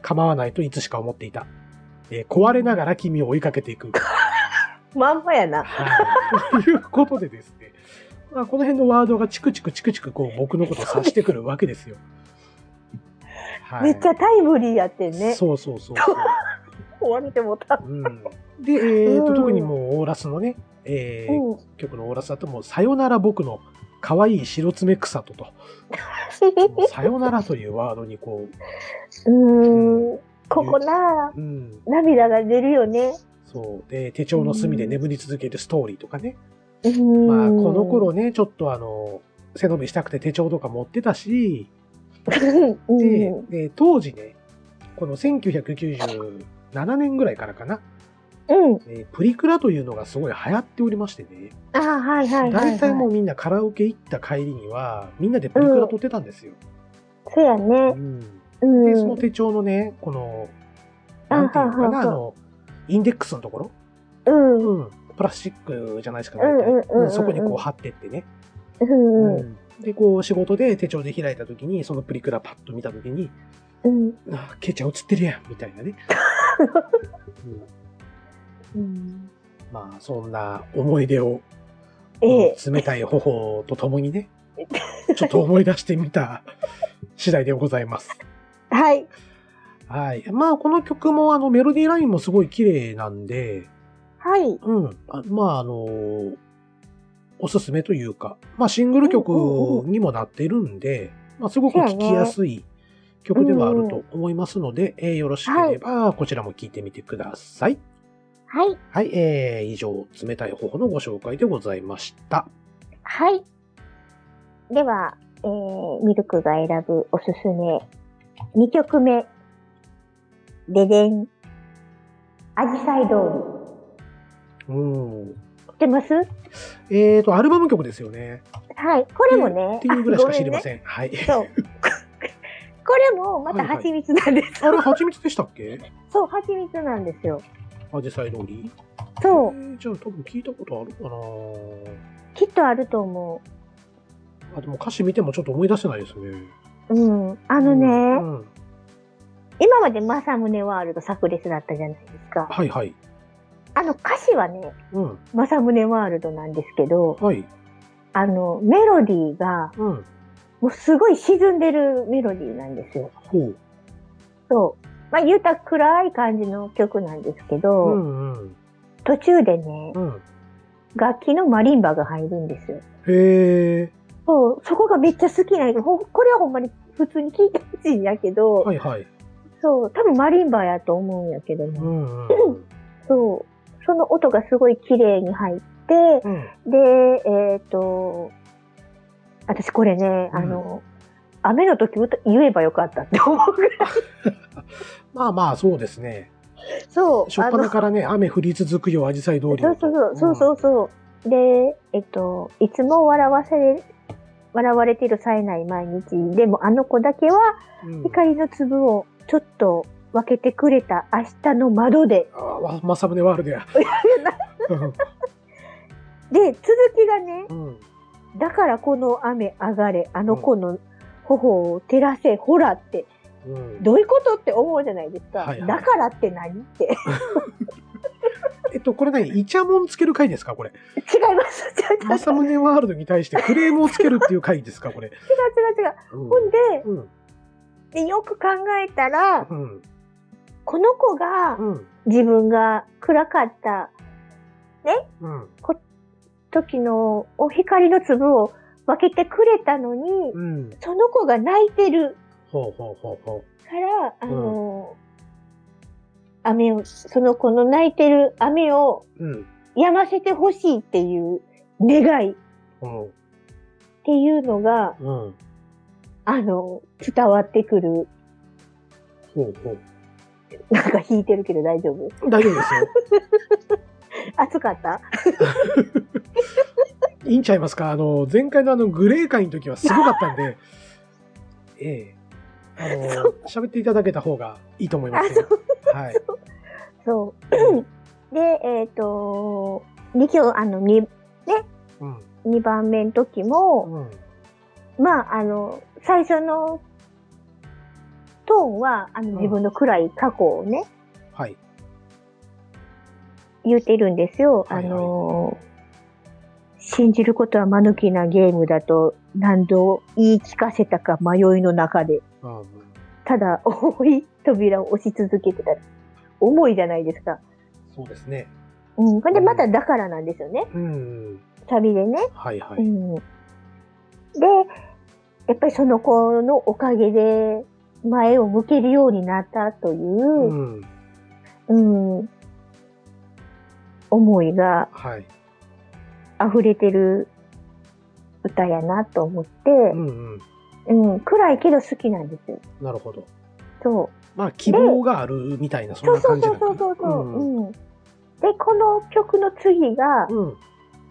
Speaker 2: 構わないといつしか思っていた。えー壊れながら君を追いかけて
Speaker 1: *laughs*
Speaker 2: いく。
Speaker 1: まんまやな。
Speaker 2: はい、ということでですね、まあ、この辺のワードがチクチクチクチクこう僕のことを指してくるわけですよ。はい、
Speaker 1: めっちゃタイムリーやってんね。
Speaker 2: そうそうそうそう。
Speaker 1: 終われてもうた。 *laughs*
Speaker 2: うん、で、えーと
Speaker 1: うん
Speaker 2: 特にもうオーラスのね、えー
Speaker 1: うん。
Speaker 2: 曲のオーラスだともう「さよなら僕の可愛い白爪草と」と。もうさよならというワードにこ
Speaker 1: うーん、 *laughs* ここな、
Speaker 2: う、うん、
Speaker 1: 涙が出るよね。
Speaker 2: そう、で、手帳の隅で眠り続けるストーリーとかね。
Speaker 1: うーん
Speaker 2: まあ、この頃、ね、ちょっとあの、背伸びしたくて手帳とか持ってたし、
Speaker 1: *laughs* うん
Speaker 2: で、えー当時ね、この1997年ぐらいからかな、
Speaker 1: うん。
Speaker 2: えープリクラというのがすごい流行っておりましてね、
Speaker 1: ああ、はいはいはい、はい。
Speaker 2: 大体もうみんなカラオケ行った帰りには、みんなでプリクラ撮ってたんですよ。
Speaker 1: そうや
Speaker 2: う
Speaker 1: ね。
Speaker 2: ん
Speaker 1: う
Speaker 2: で、その
Speaker 1: ん。
Speaker 2: 手帳のね、この、なんていうのかな、
Speaker 1: あははは
Speaker 2: あの、インデックスのところ
Speaker 1: うん。うん。
Speaker 2: うん、プラスチックじゃないですか、
Speaker 1: うんうん
Speaker 2: 大体
Speaker 1: うんうん
Speaker 2: そこにこう貼ってってね。
Speaker 1: うん。
Speaker 2: うんで、こう仕事で手帳で開いたときに、そのプリクラパッと見たときに、
Speaker 1: うん。
Speaker 2: あ、ケイちゃん映ってるやん、みたいなね。う
Speaker 1: う
Speaker 2: ん
Speaker 1: ん。
Speaker 2: まあ、そんな思い出を、
Speaker 1: ええ。
Speaker 2: 冷たい頬ととも
Speaker 1: *laughs*
Speaker 2: にね、ちょっと思い出してみた次第でございます。
Speaker 1: はい。
Speaker 2: はい。まあ、この曲も、あの、メロディーラインもすごい綺麗なんで、
Speaker 1: はい。
Speaker 2: うん。あまあ、あのーおすすめというか、まあ、シングル曲にもなっているんで、まあ、すごく聴きやすい曲ではあると思いますので、えーよろしければ、こちらも聴いてみてください。
Speaker 1: はい。
Speaker 2: はい、えー、以上、冷たい方法のご紹介でございました。
Speaker 1: はい。では、えー、ミルクが選ぶおすすめ、2曲目。ででん。アジサイ通り。
Speaker 2: うん。
Speaker 1: 知ってます
Speaker 2: えーと、アルバム曲ですよね。
Speaker 1: はい。これもね。
Speaker 2: っていうぐらいしか知りま
Speaker 1: ん。
Speaker 2: せん。はい。 *laughs*
Speaker 1: そう。 *laughs* これもまた蜂蜜なんです。
Speaker 2: あれ、蜂蜜でしたっけ
Speaker 1: *laughs* そう、蜂蜜なんですよ。
Speaker 2: アジサイ通り。え
Speaker 1: そう。
Speaker 2: ー、じゃあ、多分聞いたことあるかな
Speaker 1: きっとあると思
Speaker 2: あ、でも歌詞見てもちょっと思い出せないですね。
Speaker 1: う。うん。あのね、
Speaker 2: うんうん
Speaker 1: 今まで正宗ワールド炸裂だったじゃないですか。
Speaker 2: はいはい。
Speaker 1: あの歌詞はね、
Speaker 2: うん。
Speaker 1: 正宗ワールドなんですけど、
Speaker 2: はい。
Speaker 1: あの、メロディーが、
Speaker 2: うん。
Speaker 1: もうすごい沈んでるメロディーなんですよ。
Speaker 2: ほう。
Speaker 1: そう。まあ言うたら暗い感じの曲なんですけど、
Speaker 2: うんうん。
Speaker 1: 途中でね
Speaker 2: う、ん。
Speaker 1: 楽器のマリンバが入るんですよ。
Speaker 2: へえ。
Speaker 1: そう、そこがめっちゃ好きなんやけど、ほんこれはほんまに普通に聴いてほしいんやけど、
Speaker 2: はいはい。
Speaker 1: そう、多分マリンバやと思うんやけど
Speaker 2: う
Speaker 1: ね。
Speaker 2: んうん。
Speaker 1: そう。その音がすごい綺麗に入って、
Speaker 2: うん。
Speaker 1: で、えっ、と、私これね、
Speaker 2: うん
Speaker 1: あの、雨の時歌言えばよかったって思うぐらい。
Speaker 2: まあまあ、そうですね。
Speaker 1: そう。
Speaker 2: 初っ
Speaker 1: あの
Speaker 2: 端からね、雨降り続くよ、アジサイ通り
Speaker 1: そう
Speaker 2: の。
Speaker 1: そうそう、そうそうそう。で、えっと、いつも笑わせれ、笑われてる冴えない毎日。でもあの子だけは
Speaker 2: うん。
Speaker 1: 光の粒をちょっと分けてくれた明日の窓で。
Speaker 2: ああ、わまさぶねワールドや。
Speaker 1: で、続きがね、
Speaker 2: うんうん。
Speaker 1: だからこの雨上がれ、あの子の頬を照らせ、ほらって、
Speaker 2: うん。
Speaker 1: どういうことって思うじゃないですか。
Speaker 2: はいはい
Speaker 1: だからって何って。違 *laughs* い
Speaker 2: えっと、これ何イチャモンつける回ですかこれ。
Speaker 1: ます。違う違う違う違う違う
Speaker 2: まさむねワールドに対してクレームをつけるっていう回ですかこれ。うん
Speaker 1: ほんで
Speaker 2: うん。
Speaker 1: で、よく考えたら、
Speaker 2: うん。
Speaker 1: この子が
Speaker 2: うん。
Speaker 1: 自分が暗かった
Speaker 2: うん。
Speaker 1: 時のお光の粒を分けてくれたのに、
Speaker 2: うん。
Speaker 1: その子が泣いてる
Speaker 2: ほうほうほうほ
Speaker 1: から、あのー雨を、その子の泣いてる雨を
Speaker 2: う。うん。
Speaker 1: やませてほしいっていう願いっ
Speaker 2: うん。
Speaker 1: ていうのが、
Speaker 2: うん。
Speaker 1: あの、伝わってくる。
Speaker 2: ほうほう。
Speaker 1: なんか弾いてるけど大丈夫
Speaker 2: 大丈夫 *laughs* ですよ。
Speaker 1: 熱かった
Speaker 2: いいんちゃいますかあの、前回のあの、グレー会の時はすごかったんで、 *laughs* ええあの、喋っていただけた方がいいと思いますよ。はい。
Speaker 1: そう。で、えっ、と、二曲、あの、二、
Speaker 2: うん。
Speaker 1: 二番目の時も、
Speaker 2: うん。
Speaker 1: まあ、あの、最初のトーンは、あ
Speaker 2: うん
Speaker 1: の、自分の暗い過去をね、
Speaker 2: はい。
Speaker 1: 言うてるんですよ。
Speaker 2: はいはい
Speaker 1: あの、信じることは間抜きなゲームだと何度言い聞かせたか迷いの中で。
Speaker 2: うん。
Speaker 1: ただ重い扉を押し続けてたら重いじゃないですか。
Speaker 2: そうですね。
Speaker 1: うん、でまただからなんですよね
Speaker 2: うん。
Speaker 1: サビでね。
Speaker 2: はいは
Speaker 1: う
Speaker 2: い。
Speaker 1: ん、でやっぱりその子のおかげで前を向けるようになったというう、
Speaker 2: ん。
Speaker 1: うん思いが
Speaker 2: はい。
Speaker 1: 溢れてる歌やなと思って、
Speaker 2: うんうん。
Speaker 1: うん、暗いけど好きなんですよ。
Speaker 2: なるほど。
Speaker 1: そう
Speaker 2: まあ、希望があるみたいな、そん
Speaker 1: そうそ
Speaker 2: な
Speaker 1: う
Speaker 2: 感じ
Speaker 1: そ
Speaker 2: な
Speaker 1: うそうそうそう。
Speaker 2: ん
Speaker 1: うんで、この曲の次が、
Speaker 2: うん。うん。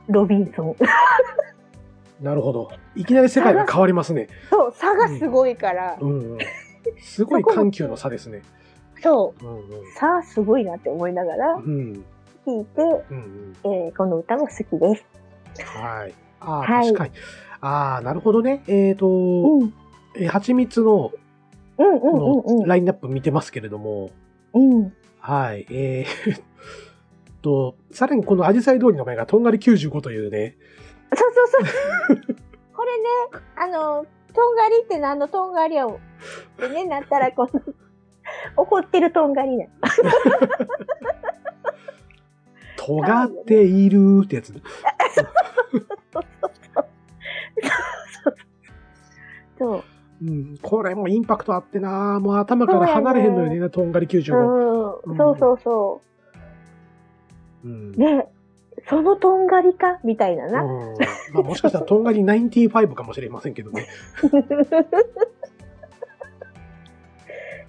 Speaker 1: ロビンソン。
Speaker 2: なるほど。いきなり世界が変わりますね。
Speaker 1: そう、差がすごいから、
Speaker 2: うんうん。すごい緩急の差ですね。
Speaker 1: そ
Speaker 2: うんうん。
Speaker 1: う、差すごいなって思いながら
Speaker 2: うん。
Speaker 1: 聴いて、
Speaker 2: うんうん。
Speaker 1: えーこの歌も好きです。
Speaker 2: はい。ああ、
Speaker 1: はい
Speaker 2: 確かに。ああ、なるほどね。えっ、と、
Speaker 1: うん、うん
Speaker 2: えー、蜂蜜の
Speaker 1: うん
Speaker 2: こ
Speaker 1: うん
Speaker 2: のラインナップ見てますけれども、
Speaker 1: うん。うん。
Speaker 2: はい。えー *laughs* えっと、さらにこのアジサイ通りの前がとんがり95というね、
Speaker 1: そうそうそう。これね、あの、とんがりって何のとんがりやをってね、なったらこの、怒ってるとんがりな。
Speaker 2: 尖っているってやつ。
Speaker 1: そう。
Speaker 2: うん、これもインパクトあってなもう頭から離れへんのよね、とんがり95。
Speaker 1: う、
Speaker 2: うんん
Speaker 1: そうそうそ
Speaker 2: うん
Speaker 1: う。ね、そのとんがりかみたいな
Speaker 2: う
Speaker 1: な。
Speaker 2: んまあ、もしかしたらとんがり95かもしれませんけどね。
Speaker 1: *laughs*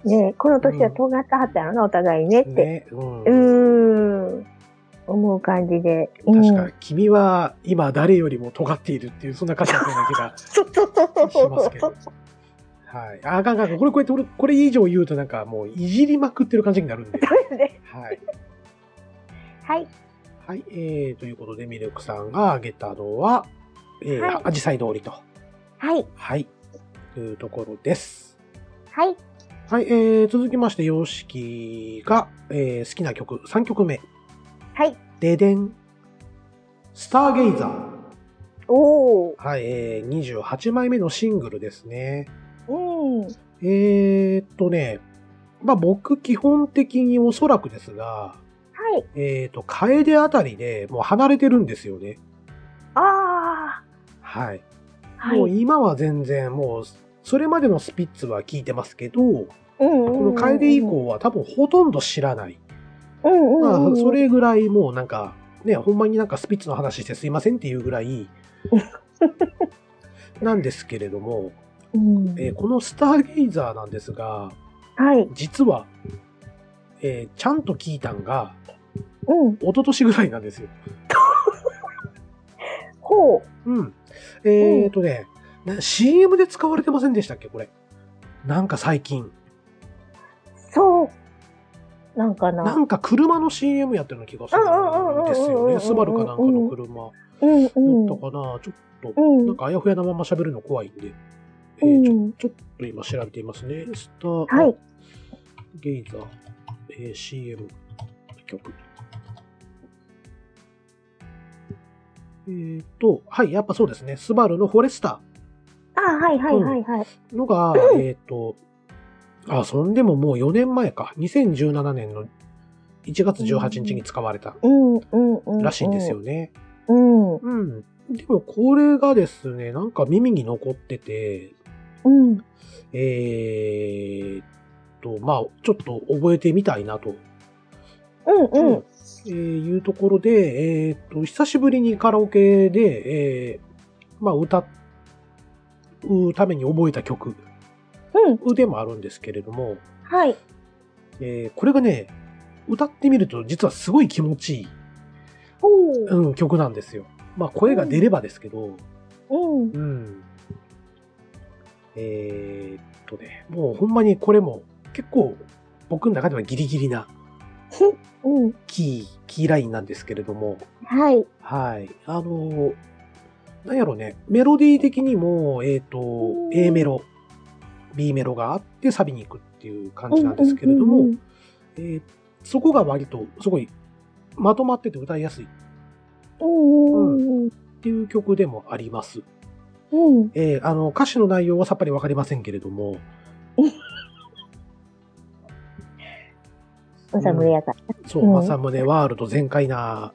Speaker 1: ねえこの年は尖ってはったやろな、お互い *laughs* ねって。
Speaker 2: ね。うん
Speaker 1: うーん。思う感じで。
Speaker 2: 確
Speaker 1: う
Speaker 2: か
Speaker 1: ん。、
Speaker 2: 君は今誰よりも尖っているっていう、そんな歌詞だったような気が
Speaker 1: そうそうそうそう
Speaker 2: しますけど。はい。あ、あかんあかん。これ、こうやって俺、これ以上言うとなんかもういじりまくってる感じになるんで。
Speaker 1: そうですね。
Speaker 2: はい。
Speaker 1: はい。
Speaker 2: はい。えー、ということで、ミルクさんが挙げたのは、えー、
Speaker 1: はい
Speaker 2: アジサイ通りと。
Speaker 1: はい。
Speaker 2: はい。というところです。
Speaker 1: はい。
Speaker 2: はい。えー、続きまして、ヨシキが、えー、好きな曲、3曲目。
Speaker 1: はい。
Speaker 2: ででん。スターゲイザー。
Speaker 1: おー。
Speaker 2: はい。えー、28枚目のシングルですね。
Speaker 1: うん。
Speaker 2: えー、っとね、まあ僕基本的におそらくですが、
Speaker 1: はい。
Speaker 2: えっ、と、楓あたりでもう離れてるんですよね。
Speaker 1: あ
Speaker 2: はい。
Speaker 1: あ。は
Speaker 2: もう
Speaker 1: い。
Speaker 2: 今は全然もう、それまでのスピッツは聞いてますけど、
Speaker 1: うんうん
Speaker 2: こ
Speaker 1: うんうん
Speaker 2: の楓以。降は多分ほとんど知らない。
Speaker 1: うんうんうん
Speaker 2: ま
Speaker 1: う
Speaker 2: あ、
Speaker 1: ん。
Speaker 2: それぐらいもうなんか、ね、ほんまになんかスピッツの話してすいませんっていうぐら
Speaker 1: *laughs*
Speaker 2: い、なんですけれども、
Speaker 1: うん。
Speaker 2: えーこのスターゲイザーなんですが、
Speaker 1: はい。
Speaker 2: 実は、えーちゃんと聞いたんが、
Speaker 1: うん。
Speaker 2: 一昨年ぐらいなんですよ。
Speaker 1: ほ
Speaker 2: うん。えっ、とね、な CM で使われてませんでしたっけ、これ。なんか最近。
Speaker 1: う。そう。なんかな。
Speaker 2: なんか車の CM やってるような気がするんです
Speaker 1: うんうんうんうんうん
Speaker 2: よ
Speaker 1: うん
Speaker 2: ね。スバルかなんかの車や
Speaker 1: うんうん。
Speaker 2: ったかな。ちょっと、
Speaker 1: うん
Speaker 2: なんかあやふやなまま喋るの怖いんで。え
Speaker 1: う
Speaker 2: ーちょ
Speaker 1: ん。
Speaker 2: ちょっと今調べていますね。スター
Speaker 1: はい。
Speaker 2: ゲイザー、えー CM 曲。えっ、と、はい、やっぱそうですね。スバルのフォレスタ
Speaker 1: ああ、はいはいはいはい。
Speaker 2: ーのが、えっと、あ、そんでももう4年前か。2017年の1月18日に使われた
Speaker 1: うんうんうんうん。
Speaker 2: らしいんですよ。ね。
Speaker 1: うん。うん。
Speaker 2: うん。でもこれがですね、なんか耳に残ってて、
Speaker 1: うん。
Speaker 2: えーっと、まあ、ちょっと覚えてみたいなと、
Speaker 1: うん。
Speaker 2: うんえーいうところで、えーっと、久しぶりにカラオケで、えーまあ、歌うために覚えた曲
Speaker 1: うん。
Speaker 2: でもあるんですけれども、
Speaker 1: はい。
Speaker 2: えーこれがね、歌ってみると実はすごい気持ちいい、
Speaker 1: ほう。
Speaker 2: うん、曲なんですよ。まあ、声が出ればですけど、
Speaker 1: うん。
Speaker 2: うん。えーっとね、もうほんまにこれも結構僕の中ではギリギリな
Speaker 1: うん。
Speaker 2: キー、キーラインなんですけれども、
Speaker 1: はい。
Speaker 2: はい。あのーなんやろね、メロディー的にも、えっ、
Speaker 1: う
Speaker 2: と、
Speaker 1: ん
Speaker 2: A メロ、B メロがあってサビに行くっていう感じなんですけれども、えーそこが割とすごいまとまってて歌いやすいっ
Speaker 1: うん。うん。
Speaker 2: ていう曲でもあります。
Speaker 1: うん。
Speaker 2: えーあの、歌詞の内容はさっぱりわかりませんけれども、
Speaker 1: おさむれやか。
Speaker 2: そうう、
Speaker 1: ん
Speaker 2: まさむねワールド全開な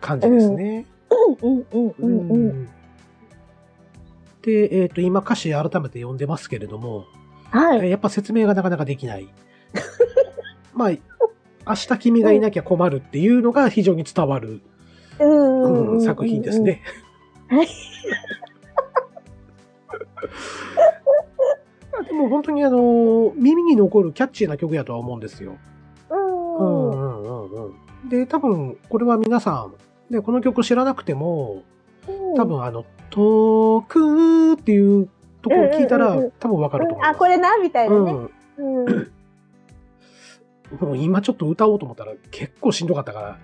Speaker 2: 感じですね。
Speaker 1: うんうんうんうん。
Speaker 2: うんで、えっ、と、今歌詞改めて読んでますけれども、
Speaker 1: はい。
Speaker 2: やっぱ説明がなかなかできない。 *laughs* まあ、明日君がいなきゃ困るっていうのが非常に伝わる、
Speaker 1: うんうんうん
Speaker 2: うん作品です。ね。
Speaker 1: はい *laughs*
Speaker 2: でも本当にあの、耳に残るキャッチーな曲やとは思うんですよ。
Speaker 1: うん
Speaker 2: う
Speaker 1: うん。
Speaker 2: んうんうんうん。で、多分、これは皆さん、ね、この曲知らなくても、多分あの、遠くっていうところを聞いた
Speaker 1: うん
Speaker 2: ら
Speaker 1: うんうんうん、
Speaker 2: 多分わかると思います。
Speaker 1: あ、これなみたいなね。
Speaker 2: うん
Speaker 1: うん。
Speaker 2: もう今ちょっと歌おうと思ったら結構しんどかっ
Speaker 1: *laughs*
Speaker 2: たから。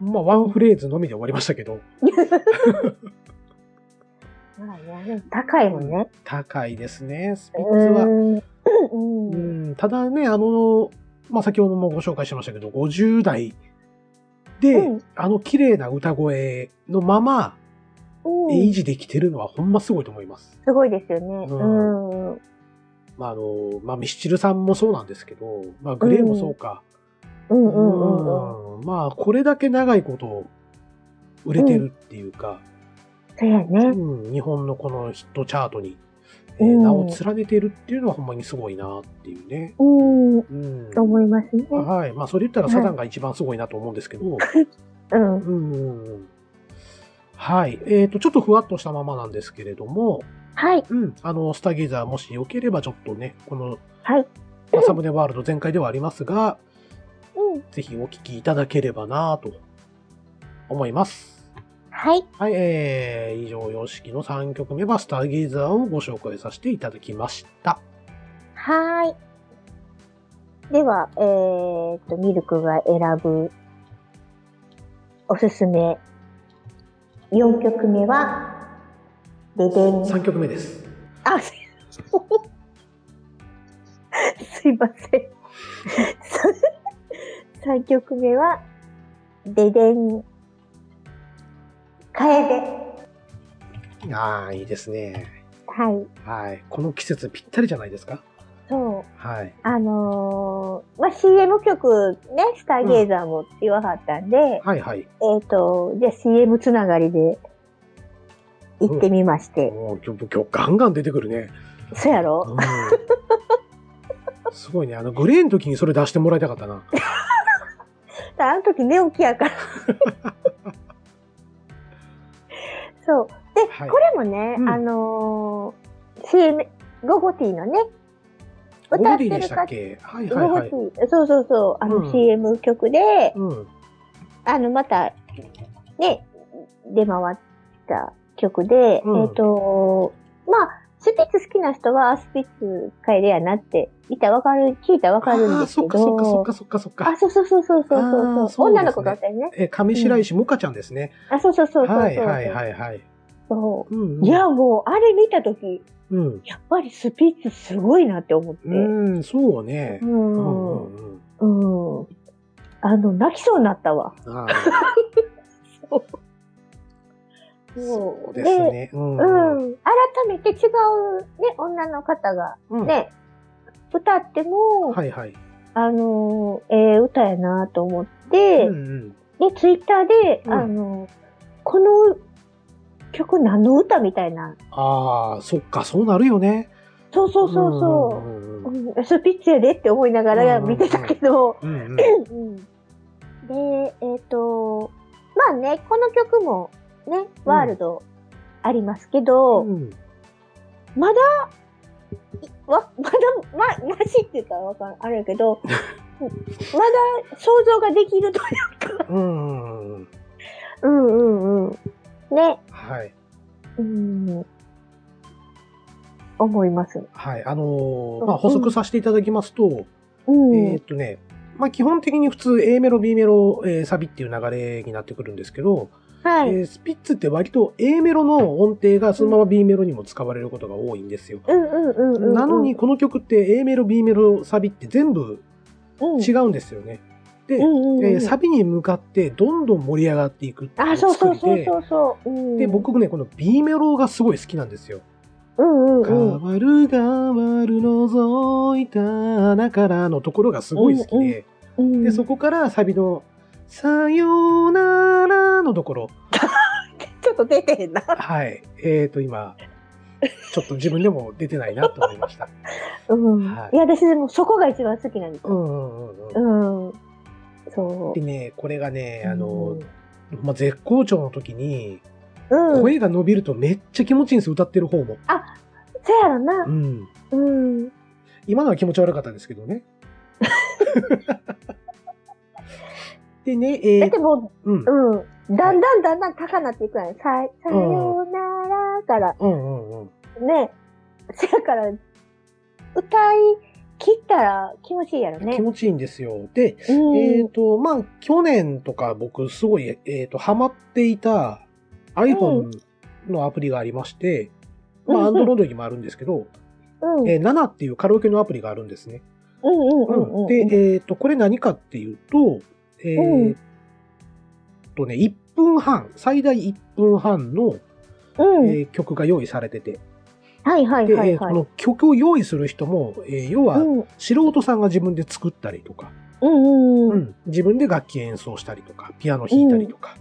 Speaker 2: まあ、ワンフレーズのみで終わりましたけど、
Speaker 1: まあね、でも高いもんね。
Speaker 2: 高いですね、スピ
Speaker 1: う
Speaker 2: ッツは。
Speaker 1: ん。
Speaker 2: う
Speaker 1: うん。
Speaker 2: ん、ただね、あの、まあ、先ほどもご紹介しましたけど、50代で、
Speaker 1: うん
Speaker 2: あの綺麗な歌声のまま、
Speaker 1: うん
Speaker 2: 維持できてるのはほんますごいと思います。
Speaker 1: すごいですよね。う。
Speaker 2: うん
Speaker 1: うん。
Speaker 2: まあ、あの、まあ、ミスチルさんもそうなんですけど、まあ、グレーもそうか。
Speaker 1: うんうんうん。
Speaker 2: うんまあ、これだけ長いこと売れてるっていうか、
Speaker 1: そうやね。
Speaker 2: うん日本のこのヒットチャートに、えー
Speaker 1: うん
Speaker 2: 名を連ねてるっていうのはほんまにすごいなっていうね。
Speaker 1: うん。
Speaker 2: うん
Speaker 1: と思いますね。
Speaker 2: はい。まあ、それ言ったらサザンが一番すごいなと思うんですけど、
Speaker 1: うん。
Speaker 2: うんうんうんはい。えっ、と、ちょっとふわっとしたままなんですけれども、
Speaker 1: はい。
Speaker 2: うん、あの、スターゲイザーもしよければちょっとね、この
Speaker 1: はい。
Speaker 2: まあサムネワールド全開ではありますが、
Speaker 1: うん。
Speaker 2: ぜひお聞きいただければなぁと思います。
Speaker 1: はい。
Speaker 2: はい、えー、以上、様式の3曲目はスターゲイザーをご紹介させていただきました。
Speaker 1: はーい。では、えー、っと、ミルクが選ぶおすすめ4曲目は、ででん。
Speaker 2: 3曲目です。
Speaker 1: あ、すすいません。3曲目は、ででん。カエデ。
Speaker 2: あー、いいですね。
Speaker 1: はい。
Speaker 2: はい。この季節ぴったりじゃないですか
Speaker 1: そう。
Speaker 2: はい。
Speaker 1: あのーまあ、CM 曲ね、スターゲイザーもって言わはったんで、
Speaker 2: はいはい。
Speaker 1: えっ、と、じゃあ CM つながりで行ってみまして。
Speaker 2: もう今日、今日ガンガン出てくるね。
Speaker 1: そうやろ
Speaker 2: うん、 *laughs* すごいね。あの、グレーの時にそれ出してもらいたかったな。
Speaker 1: あの時寝起きや
Speaker 2: *laughs*
Speaker 1: から。そう。で、
Speaker 2: はい
Speaker 1: これもね、
Speaker 2: うん
Speaker 1: あのー、CM、ゴゴティのね、
Speaker 2: ゴ
Speaker 1: 歌
Speaker 2: ー
Speaker 1: って
Speaker 2: ディーで
Speaker 1: る
Speaker 2: した
Speaker 1: 方
Speaker 2: っ、けはいはい
Speaker 1: ゴゴ
Speaker 2: は
Speaker 1: テ
Speaker 2: い。
Speaker 1: ィ、そうそうそう、あ
Speaker 2: う
Speaker 1: の
Speaker 2: ん
Speaker 1: CM 曲で、
Speaker 2: うん。
Speaker 1: あの、また、ね、出回った曲で、
Speaker 2: うん
Speaker 1: えっ、と、まあ、スピッツ好きな人は、あスピッツ帰れやなって、見たらわかる、聞いたらわかるんで
Speaker 2: ああ、
Speaker 1: す
Speaker 2: そっ
Speaker 1: け
Speaker 2: かそっか
Speaker 1: ど
Speaker 2: そっか、そっかそっ
Speaker 1: あ、
Speaker 2: か。
Speaker 1: そうそうそうそうそう
Speaker 2: あ
Speaker 1: そ
Speaker 2: ー
Speaker 1: う
Speaker 2: そうですね
Speaker 1: 女の子が歌ったよね。
Speaker 2: えー、上白石萌歌ちゃんですね。
Speaker 1: あ、そうそうそうそうそうそう。
Speaker 2: はいはいはいはい。
Speaker 1: そ
Speaker 2: うんう
Speaker 1: うんいや、もう、あれ見たとき、
Speaker 2: うん。
Speaker 1: やっぱりスピッツすごいなって思って。
Speaker 2: うん、そうね
Speaker 1: う。
Speaker 2: うん
Speaker 1: ん。
Speaker 2: うんうん。
Speaker 1: うん。あの、泣きそうになったわ。
Speaker 2: あ
Speaker 1: そう
Speaker 2: ーそうですね。う。
Speaker 1: うん
Speaker 2: うん
Speaker 1: ん。改めて違うね、女の方がね、歌っても、
Speaker 2: はいはい。
Speaker 1: あのー、ええ歌やなと思って、
Speaker 2: うんうん
Speaker 1: で、ツイッターで、
Speaker 2: うん
Speaker 1: あのー、この曲何の歌みたいな。
Speaker 2: ああ、そっか、そうなるよね。
Speaker 1: そうそうそうそう。
Speaker 2: んうんうん
Speaker 1: うんスピッツやでって思いながら見てたけど、
Speaker 2: うんうん。
Speaker 1: うんで、えっ、と、まあね、この曲もね、ワールドありますけど、
Speaker 2: うん
Speaker 1: まだ、いわ、まだ、ま、ましって言ったらわかん、あるけ *laughs* ど、まだ想像ができるというか、
Speaker 2: うんうんうん。
Speaker 1: うんうんうん。ね、
Speaker 2: はい。
Speaker 1: うん、思います。
Speaker 2: はい。あのーまあ、補足させていただきますと、
Speaker 1: うん。
Speaker 2: えーっとね、まあ、基本的に普通 A メロ、B メロ、えーサビっていう流れになってくるんですけど、
Speaker 1: はい。
Speaker 2: えースピッツって割と A メロの音程がそのまま B メロにも使われることが多いんですよ。
Speaker 1: うんうんうんうんうん。
Speaker 2: なのに、この曲って A メロ、B メロ、サビって全部
Speaker 1: うん、
Speaker 2: 違うんですよね。で、
Speaker 1: うんうんうん
Speaker 2: えーサビに向かってどんどん盛り上がっていくってい
Speaker 1: あ、
Speaker 2: う
Speaker 1: そう
Speaker 2: 作
Speaker 1: そう
Speaker 2: り
Speaker 1: そう
Speaker 2: で
Speaker 1: そ、うそう。うん、
Speaker 2: で、僕ね、この B メロがすごい好きなんですよ。
Speaker 1: うんうんうん。
Speaker 2: 変わる変わる覗いた穴からのところがすごい好きで、
Speaker 1: うん
Speaker 2: で、そこからサビの、さようならのところ。
Speaker 1: ちょっと出てへんな。
Speaker 2: はい。えっ、ー、と、今、ちょっと自分でも出てないなと思いました。
Speaker 1: うん。
Speaker 2: はい
Speaker 1: い、や、私でもそこが一番好きなんです
Speaker 2: う
Speaker 1: よ。
Speaker 2: んうんう
Speaker 1: *laughs* う
Speaker 2: んう。
Speaker 1: んん。そ
Speaker 2: でね、これがね、
Speaker 1: う。
Speaker 2: あの、、まあ、絶好調の時に、
Speaker 1: うん。
Speaker 2: 声が伸びるとめっちゃ気持ちいいんです、歌ってる方
Speaker 1: *laughs*
Speaker 2: も。
Speaker 1: そやろな
Speaker 2: う。ん。
Speaker 1: うん。
Speaker 2: 今のは気持ち悪かったですけ
Speaker 1: *laughs*
Speaker 2: どね。でね、え
Speaker 1: だっ
Speaker 2: ー
Speaker 1: ても
Speaker 2: うん
Speaker 1: う、。うん。だんだんだんだん高なっていくやん。さい、さようならから、
Speaker 2: うんうんうん。
Speaker 1: ね。そやから、歌い切ったら気持ちいいやろ
Speaker 2: 気
Speaker 1: ね。
Speaker 2: 持ちいいんですよ。で、
Speaker 1: うん。
Speaker 2: えっと、まあ、去年とか僕すごい、えっと、ハマっていた iPhone のアプリがありまして、まあ、
Speaker 1: うんうん
Speaker 2: Android にもあるんですけど、
Speaker 1: うん。
Speaker 2: えー、7っていうカラオケのアプリがあるんですね。
Speaker 1: うんうんうんうん。
Speaker 2: で、えっと、これ何かっていうと、え
Speaker 1: う
Speaker 2: ー
Speaker 1: ん
Speaker 2: っとね、1分半、最大1分半の、
Speaker 1: うん。
Speaker 2: えー曲が用意されてて、
Speaker 1: はいはい
Speaker 2: で、え
Speaker 1: はい
Speaker 2: ーこ
Speaker 1: はい。
Speaker 2: の曲を用意する人も、えー要は
Speaker 1: うん
Speaker 2: 素人さんが自分で作ったりとか、
Speaker 1: うんうん
Speaker 2: う
Speaker 1: うん
Speaker 2: ん自分で楽器演奏したりとか、ピアノ弾いたりとか、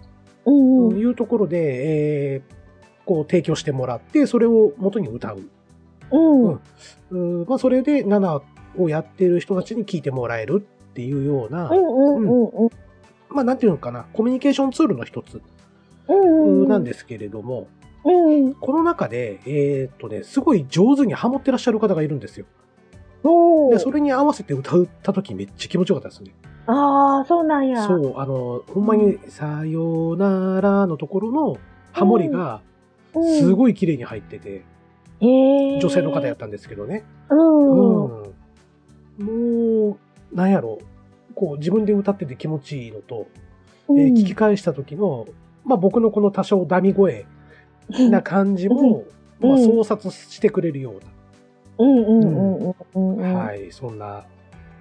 Speaker 1: うんうん
Speaker 2: いうところで、えーこう提供してもらって、それを元に歌う。
Speaker 1: うん
Speaker 2: うんうーまあ、それで7をやってる人たちに聴いてもらえるっていうような、
Speaker 1: うんうんうん
Speaker 2: まあなんていうのかな、コミュニケーションツールの一つ
Speaker 1: うんうん
Speaker 2: なんですけれども、
Speaker 1: うん
Speaker 2: この中で、えーっとね、すごい上手にハモってらっしゃる方がいるんですよ。
Speaker 1: おー
Speaker 2: で、それに合わせて歌った時めっちゃ気持ちよかったですね。
Speaker 1: ああそうなんや
Speaker 2: そう、あの、ほんまに、さよならのところのハモリが、
Speaker 1: うん
Speaker 2: すごい綺麗に入ってて、
Speaker 1: へー
Speaker 2: 女性の方やったんですけどね。
Speaker 1: うんうん
Speaker 2: うん。もう、なんやろ、こう自分で歌ってて気持ちいいのと、えー聞き返した時の、まあ僕のこの多少ダミ声な感じも、
Speaker 1: うんう
Speaker 2: まあ
Speaker 1: ん
Speaker 2: 創作してくれるよ
Speaker 1: う
Speaker 2: う
Speaker 1: んうんうんうんうんうん
Speaker 2: な、はい、そんな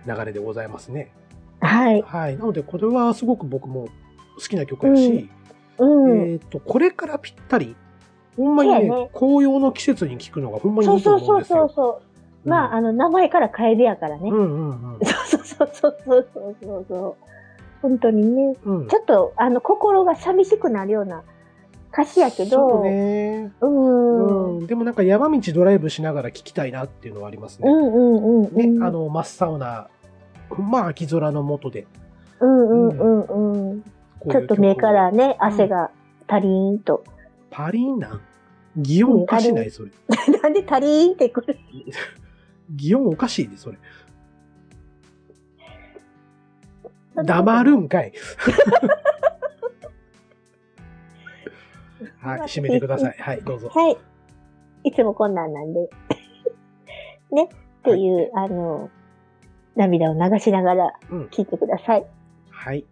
Speaker 2: 流れでございますね。
Speaker 1: はい
Speaker 2: はい。なので、これはすごく僕も好きな曲やし、
Speaker 1: うん
Speaker 2: えっ、と、これからぴったりほんまにね
Speaker 1: そうやね
Speaker 2: 紅葉の季節に聞くのがほんまに
Speaker 1: そ
Speaker 2: いういと
Speaker 1: そう
Speaker 2: 思う
Speaker 1: そ
Speaker 2: ん
Speaker 1: う
Speaker 2: です
Speaker 1: そう
Speaker 2: よ。
Speaker 1: そう。まあ、あの、名前からカエルやからね
Speaker 2: う。んうんうん
Speaker 1: そうそうそうそうそうそうそう。本当にね。
Speaker 2: うん。
Speaker 1: ちょっと、あの、心が寂しくなるような歌詞やけ
Speaker 2: そう
Speaker 1: ど、
Speaker 2: ね。
Speaker 1: うーん。うん
Speaker 2: うん。でもなんか山道ドライブしながら聞きたいなっていうのはあります
Speaker 1: う
Speaker 2: ね。
Speaker 1: んうんうん。
Speaker 2: ね、あの、真っ青な、まあ秋空の下で。
Speaker 1: うんうんうんうん。
Speaker 2: こう
Speaker 1: ち
Speaker 2: い
Speaker 1: ょ
Speaker 2: う
Speaker 1: っ
Speaker 2: 曲を
Speaker 1: と目からね、汗が足りーんと。 *laughs*
Speaker 2: パリーンなん擬音おかしない、それ。
Speaker 1: なんで足りーんってくる
Speaker 2: 擬音おかしいで、それ。黙るん
Speaker 1: *laughs*
Speaker 2: かい。はい、締めてください。はい、どうぞ。
Speaker 1: はい。いつもこんなんなんで。 *laughs* ね。っていう、あの、涙を流しながら
Speaker 2: うん
Speaker 1: 聞いてください。
Speaker 2: はい。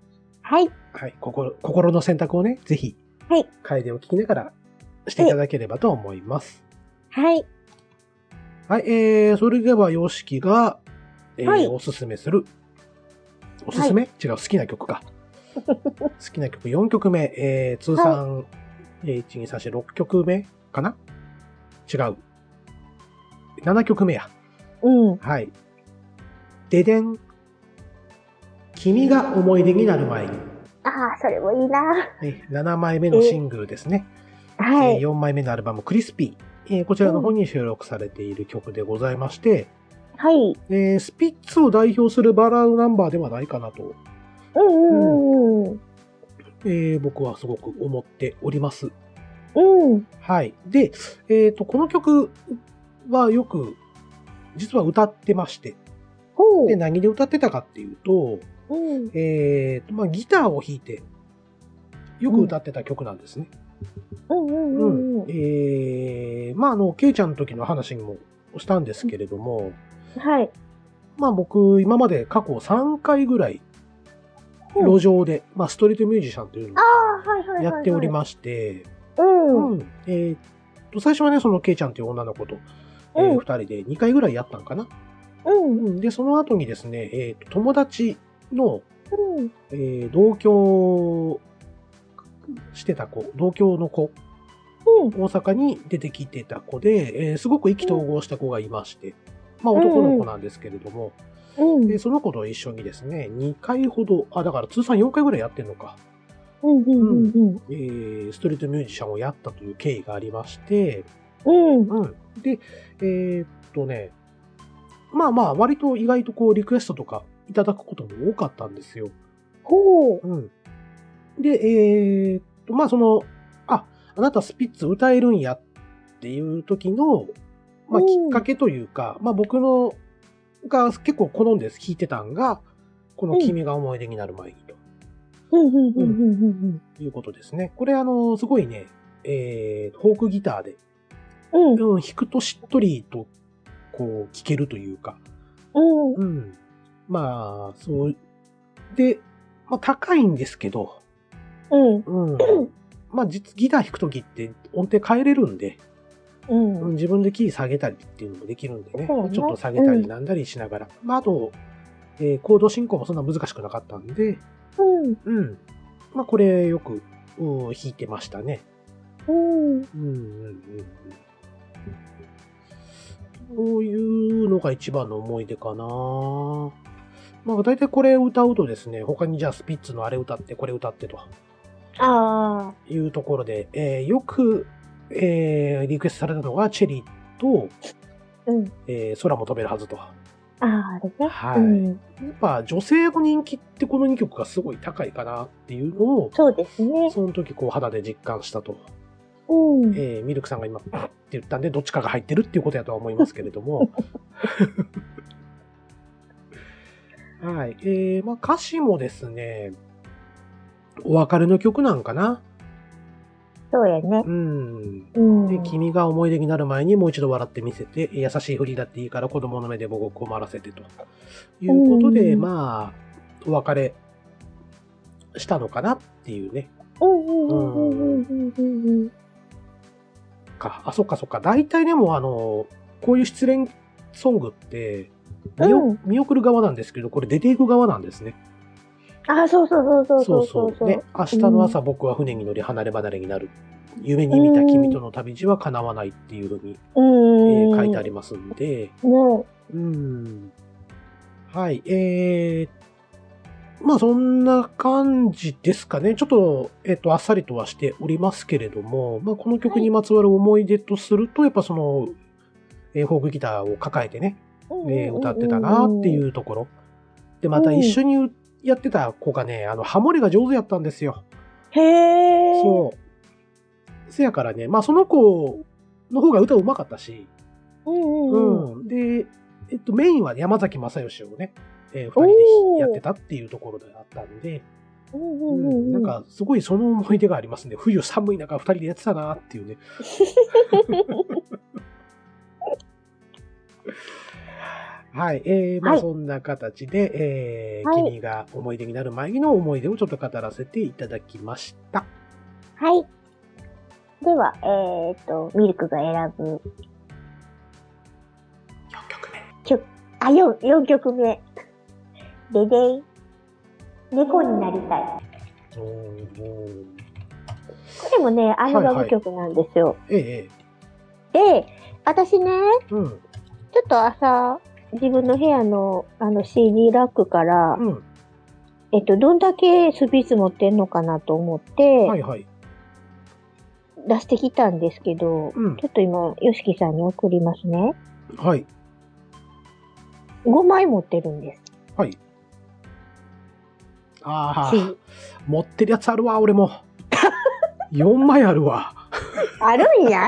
Speaker 1: はい。
Speaker 2: はい、心心の選択をね、ぜひ、
Speaker 1: はい
Speaker 2: 楓を聞きながらしていただければと思います。
Speaker 1: はい。
Speaker 2: はい、えー、それでは、ヨシキが、えー
Speaker 1: はい
Speaker 2: おすすめする、おすすめ、違う、好きな曲か。 *laughs* 好きな曲4曲目、えー、通算、えー1、2、3、4、6曲目かな違う。7曲目や。
Speaker 1: うん。
Speaker 2: はい。ででん。君が思い出になる前に。
Speaker 1: ああ、それもいいな。
Speaker 2: ね7枚目のシングルですね。
Speaker 1: は
Speaker 2: えー
Speaker 1: い。
Speaker 2: 4枚目のアルバム「クリスピー」えーこちらの方に収録されている曲でございまして、
Speaker 1: はい。
Speaker 2: えースピッツを代表するバラードナンバーではないかなと、
Speaker 1: うんうんうん
Speaker 2: えー僕はすごく思っております。
Speaker 1: うん。うん。
Speaker 2: はい、で、えーとこの曲はよく実は歌ってまして
Speaker 1: ほう
Speaker 2: で。何で歌ってたかっていうと,、
Speaker 1: うん。
Speaker 2: えーとまあ、ギターを弾いてよく歌ってた曲なんですね。
Speaker 1: うんうんう
Speaker 2: うん
Speaker 1: うん
Speaker 2: ん。えーまああのケイちゃんの時の話にもしたんですけれども、
Speaker 1: はい。
Speaker 2: まあ僕、今まで過去3回ぐらい、
Speaker 1: うん
Speaker 2: 路上で、まあストリートミュージシャンというの
Speaker 1: ああ、はいはいは
Speaker 2: を
Speaker 1: い。
Speaker 2: やっておりまして、
Speaker 1: す。うん。
Speaker 2: うんえーっと、最初はね、そのケイちゃんという女の子と、え
Speaker 1: うん
Speaker 2: 2人で2回ぐらいやったんかな。
Speaker 1: うん。
Speaker 2: うんで、その後にですね、えーっと友達の、
Speaker 1: うん。
Speaker 2: えー同居してた子、同居の子、
Speaker 1: うん。
Speaker 2: 大阪に出てきてた子で、えーすごく意気投合した子がいまして、まあ男の子なんですけれども、
Speaker 1: うん。
Speaker 2: で、その子と一緒にですね、2回ほど、あ、だから通算4回ぐらいやってんのか、
Speaker 1: うんうんうん
Speaker 2: えーストリートミュージシャンをやったという経緯がありまして、
Speaker 1: うん。うん。
Speaker 2: うん。で、えーっとね、まあまあ、割と意外とこう、リクエストとかいただくことも多かったんですよ。
Speaker 1: ほう。
Speaker 2: うん。で、えーっと、まあその、あ、あなたスピッツ歌えるんやっていう時の、まあ
Speaker 1: うん
Speaker 2: きっかけというか、まあ僕の、が結構好んで弾いてたんが、こ
Speaker 1: う
Speaker 2: の
Speaker 1: ん
Speaker 2: 君が思い出になる前に
Speaker 1: うんうんうんうん
Speaker 2: ということですね。これあの、すごいね、えー、フォークギターで、
Speaker 1: うん。うん。
Speaker 2: うん、弾くとしっとりと、こう、聴けるというか、
Speaker 1: うん。
Speaker 2: うん。まあ、そう、で、まあ高いんですけど、
Speaker 1: うん。 *coughs*
Speaker 2: うん。まあ、実ギター弾くときって音程変えれるんで、
Speaker 1: うん。
Speaker 2: うん自分でキー下げたりっていうのもできるんでね、
Speaker 1: そうね
Speaker 2: ちょっと下げたりなんだりしながら、まあ、あと、えーコード進行もそんな難しくなかったんで、
Speaker 1: うん。
Speaker 2: うん。まあ、これよく、うん弾いてましたね。
Speaker 1: うん。
Speaker 2: うんうんうんうん。こういうのが一番の思い出かなまあ、大体これ歌うとですね、他にじゃあスピッツのあれ歌って、これ歌ってと。
Speaker 1: ああ。
Speaker 2: いうところで、えーよく、えーリクエストされたのが、チェリーと、
Speaker 1: うん。
Speaker 2: えー空も飛べるはずと。や
Speaker 1: ああ、あれね。
Speaker 2: はい
Speaker 1: うん。
Speaker 2: っぱ女性の人気ってこの2曲がすごい高いかなっていうのを、
Speaker 1: そうですね。
Speaker 2: その時こう肌で実感したと。
Speaker 1: うん。
Speaker 2: えーミルクさんが今、パッって言ったんで、どっちかが入ってるっていうことやとは思いますけれども。 *laughs* はい。えーまあ歌詞もですね、お別れの曲なんかな。
Speaker 1: そうやね。
Speaker 2: うん。
Speaker 1: うん。
Speaker 2: で君が思い出になる前にもう一度笑ってみせて、優しいふりだっていいから子供の目で僕を困らせてということで、
Speaker 1: うん
Speaker 2: まあ、お別れしたのかなっていうね。
Speaker 1: うんうんうんうんうんうん
Speaker 2: か、あ、そっかそっか。大体でもあの、こういう失恋ソングって、見,、
Speaker 1: うん
Speaker 2: 見送る側なんですけど、これ出ていく側なんですね。
Speaker 1: ああ、そうそうそうそうそうそう。
Speaker 2: ね。明日の朝僕は船に乗り離れ離れになる。夢に見た君との旅路は叶わないっていうふうに、
Speaker 1: う
Speaker 2: え
Speaker 1: ん。
Speaker 2: ー書いてあ
Speaker 1: り
Speaker 2: りますんで、
Speaker 1: ね。
Speaker 2: うん。はい、えー、まあそんな感じですかね。ちょっと、えっ、と、あっさりとはしておりますけれども、まあこの曲にまつわる思い出とすると、やっぱその、えーフォークギターを抱えてね、えー歌ってたなっていううところ。で、また一緒にやってた子がね、あの、ハモリが上手やったんですよ。
Speaker 1: へえ。
Speaker 2: そう。せやからね、まあその子の方が歌うまかったし、
Speaker 1: う。うんうんうん。
Speaker 2: うん。で、えっと、メインは山崎正義をね、えー、二人
Speaker 1: おー
Speaker 2: でやってたっていうところであったんで、
Speaker 1: うん
Speaker 2: う
Speaker 1: うんうん
Speaker 2: ん、なんかすごいその思い出がありますね。冬寒い中二人でやってたなっていうね。 *laughs* はい、えー、ま
Speaker 1: は
Speaker 2: あ
Speaker 1: い
Speaker 2: そんな形で、えー
Speaker 1: はい
Speaker 2: 君が思い出になる前の思い出をちょっと語らせていただきました。
Speaker 1: はい。では、えっと、ミルクが選ぶ
Speaker 2: 4曲目。
Speaker 1: あ、4、四曲目。ででん。猫になりたい。
Speaker 2: おーおー
Speaker 1: これもね、アルバム曲なんですよ。
Speaker 2: ええ
Speaker 1: で、私ね、
Speaker 2: ええうん、
Speaker 1: ちょっと朝、自分の部屋のあの CD ラックから、
Speaker 2: うん、
Speaker 1: えっと、どんだけスピーツ持ってんのかなと思って、
Speaker 2: はいはい。
Speaker 1: 出してきたんですけど、
Speaker 2: うん
Speaker 1: ちょっと今、ヨシキさんに送りますね。
Speaker 2: はい、
Speaker 1: 5枚持ってるんです。
Speaker 2: はい。ああ。
Speaker 1: CD
Speaker 2: 持ってるやつあるわ、俺
Speaker 1: *laughs*
Speaker 2: も。4枚あるわ。
Speaker 1: あるんや。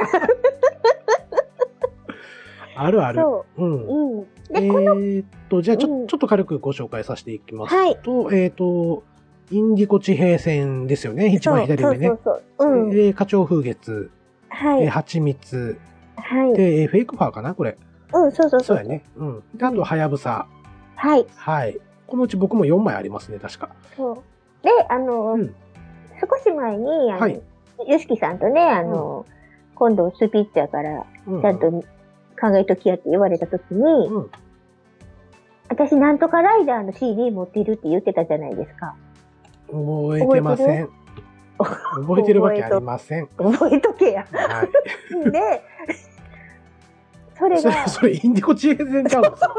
Speaker 2: あるある。
Speaker 1: *laughs* そうう。
Speaker 2: ん。
Speaker 1: うん。
Speaker 2: えーっと、じゃあちょ、
Speaker 1: うん
Speaker 2: ちょっと軽くご紹介させていきます
Speaker 1: はい。
Speaker 2: と、えーっと、インディコ地平線ですよね。一番左上ね。
Speaker 1: そうそうそう。うん。
Speaker 2: えー花鳥風月、
Speaker 1: は
Speaker 2: えー
Speaker 1: い。
Speaker 2: 蜂蜜、
Speaker 1: はい。
Speaker 2: で、えーフェイクファーかなこれ。
Speaker 1: うん、そうそうそ
Speaker 2: そう
Speaker 1: う。
Speaker 2: やね。うん。で、あと、はやぶさ。
Speaker 1: はい。
Speaker 2: はい。このうち僕も4枚ありますね、確か。
Speaker 1: そう。で、あの、
Speaker 2: うん
Speaker 1: 少し前に、あの、
Speaker 2: はい
Speaker 1: よしきさんとね、あの、今度スピッチやから、
Speaker 2: うん。
Speaker 1: ちゃんと考えときやって言われたときに、
Speaker 2: うん。
Speaker 1: 私なんとかライダーの CD 持ってるって言ってたじゃないですか。
Speaker 2: 覚えてません。覚えてるわけありません。
Speaker 1: 覚えとけや。
Speaker 2: はい。
Speaker 1: で、それ
Speaker 2: そ
Speaker 1: が
Speaker 2: れ、、それ、インディコ知恵全ちゃうんですよ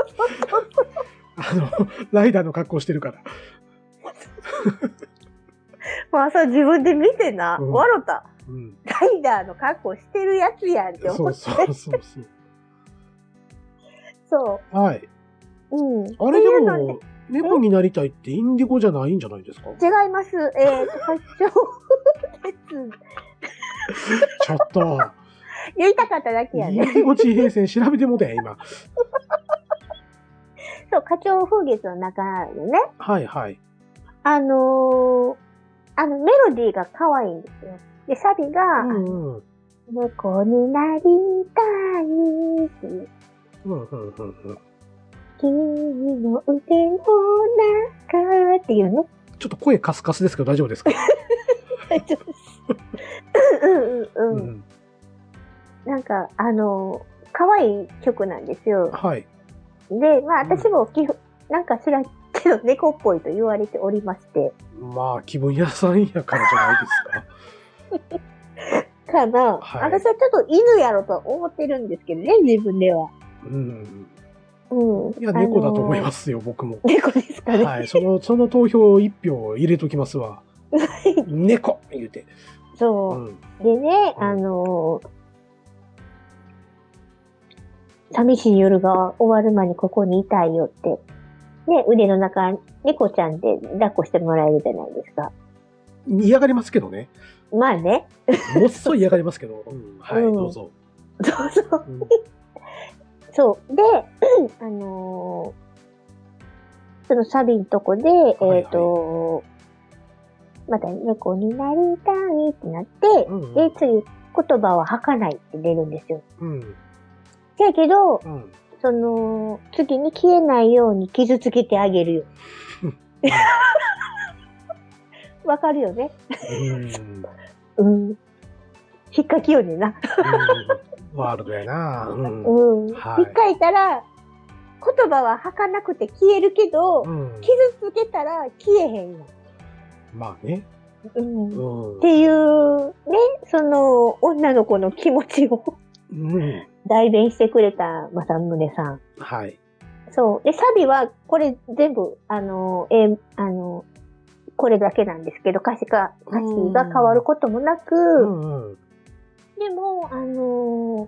Speaker 2: あの、ライダーの格好してるから。
Speaker 1: まあそう自分で見てな、
Speaker 2: うん
Speaker 1: 笑った。
Speaker 2: うん。
Speaker 1: ライダーの格好してるやつやんって
Speaker 2: そ
Speaker 1: 思
Speaker 2: う
Speaker 1: って。そ
Speaker 2: そ
Speaker 1: う
Speaker 2: そうそう。はい。
Speaker 1: う。うん。
Speaker 2: あれで
Speaker 1: っていうの
Speaker 2: も、猫になりたいってインディゴじゃないんじゃないですか
Speaker 1: 違います。えー、発祥です。
Speaker 2: ちょっと、
Speaker 1: 言いたかっただけや
Speaker 2: イン
Speaker 1: ね。
Speaker 2: ディゴ地平線調べてもて、今。
Speaker 1: そう、花鳥風月の中でね、
Speaker 2: はいはい。
Speaker 1: あのーあのメロディーが可愛いんですよ。で、サビが、
Speaker 2: うんうん。
Speaker 1: 猫になりたいっていう、
Speaker 2: うんうんうんうん。
Speaker 1: 君の腕の中っていうね。
Speaker 2: ちょっと声カスカスですけど大丈夫ですか
Speaker 1: *laughs* うんうん
Speaker 2: う
Speaker 1: うんうん。
Speaker 2: ん。
Speaker 1: なんか、あのー可愛い曲なんですよ。
Speaker 2: はい。
Speaker 1: で、まあ
Speaker 2: うん
Speaker 1: 私も基本、なんか知らんけど猫っぽいと言われておりまして、
Speaker 2: まあ、気分屋さんやからじゃないですか。
Speaker 1: かな、
Speaker 2: はい
Speaker 1: 私はちょっと犬やろと思ってるんですけどね、自分では。
Speaker 2: うん。
Speaker 1: うん。。
Speaker 2: いや、猫だと思いますすよ、僕も。
Speaker 1: 猫ですかね。
Speaker 2: はい。その、その投票一票入れときますわ。猫言うて。う
Speaker 1: そ
Speaker 2: ん。
Speaker 1: う。でね、
Speaker 2: うん
Speaker 1: あのー寂しい夜が終わる前にここにいたいよって、ね、腕の中、猫ちゃんで抱っこしてもらえるじゃないですか。
Speaker 2: 嫌がりますけどね。
Speaker 1: まあね。
Speaker 2: もっそい嫌がりますけど。うんはい、
Speaker 1: うん
Speaker 2: どうぞ。
Speaker 1: そうそう。
Speaker 2: うん
Speaker 1: そう。で、 *clears throat* あのーそのサビのとこで、
Speaker 2: はい
Speaker 1: えっ、とまた猫になりたいってなって、
Speaker 2: うん
Speaker 1: で、次、言葉は吐かないって出るんですよ。
Speaker 2: うん。
Speaker 1: じゃけど、
Speaker 2: うん。
Speaker 1: その、次に消えないように傷つけてあげるよ。わかるよね。
Speaker 2: うん。
Speaker 1: うん。引っかきよねんな。
Speaker 2: ワールドやな。うん。
Speaker 1: う
Speaker 2: う
Speaker 1: ん。引っ
Speaker 2: はい
Speaker 1: かいたら、言葉は吐かなくて消えるけど、
Speaker 2: ん
Speaker 1: 傷つけたら消えへんやん。
Speaker 2: まあね。
Speaker 1: うんっ
Speaker 2: うん。
Speaker 1: ていう、ね、その、女の子の気持ちを *laughs*
Speaker 2: うん。
Speaker 1: 代弁してくれた正宗さん。
Speaker 2: はい。
Speaker 1: そう。で、サビは、これ全部、あの、えーあの、これだけなんですけど、歌詞が、歌詞が変わることもなく、
Speaker 2: うんうん。
Speaker 1: でも、あのー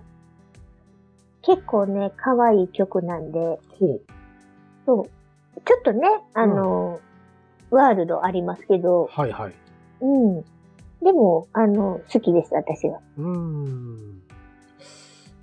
Speaker 1: 結構ね、可愛い曲なんで、
Speaker 2: ほ
Speaker 1: そう。ちょっとね、あのーワールドありますけ
Speaker 2: う。
Speaker 1: ど、
Speaker 2: はいはい。
Speaker 1: うん。でも、あの、好きです、私は。
Speaker 2: うん。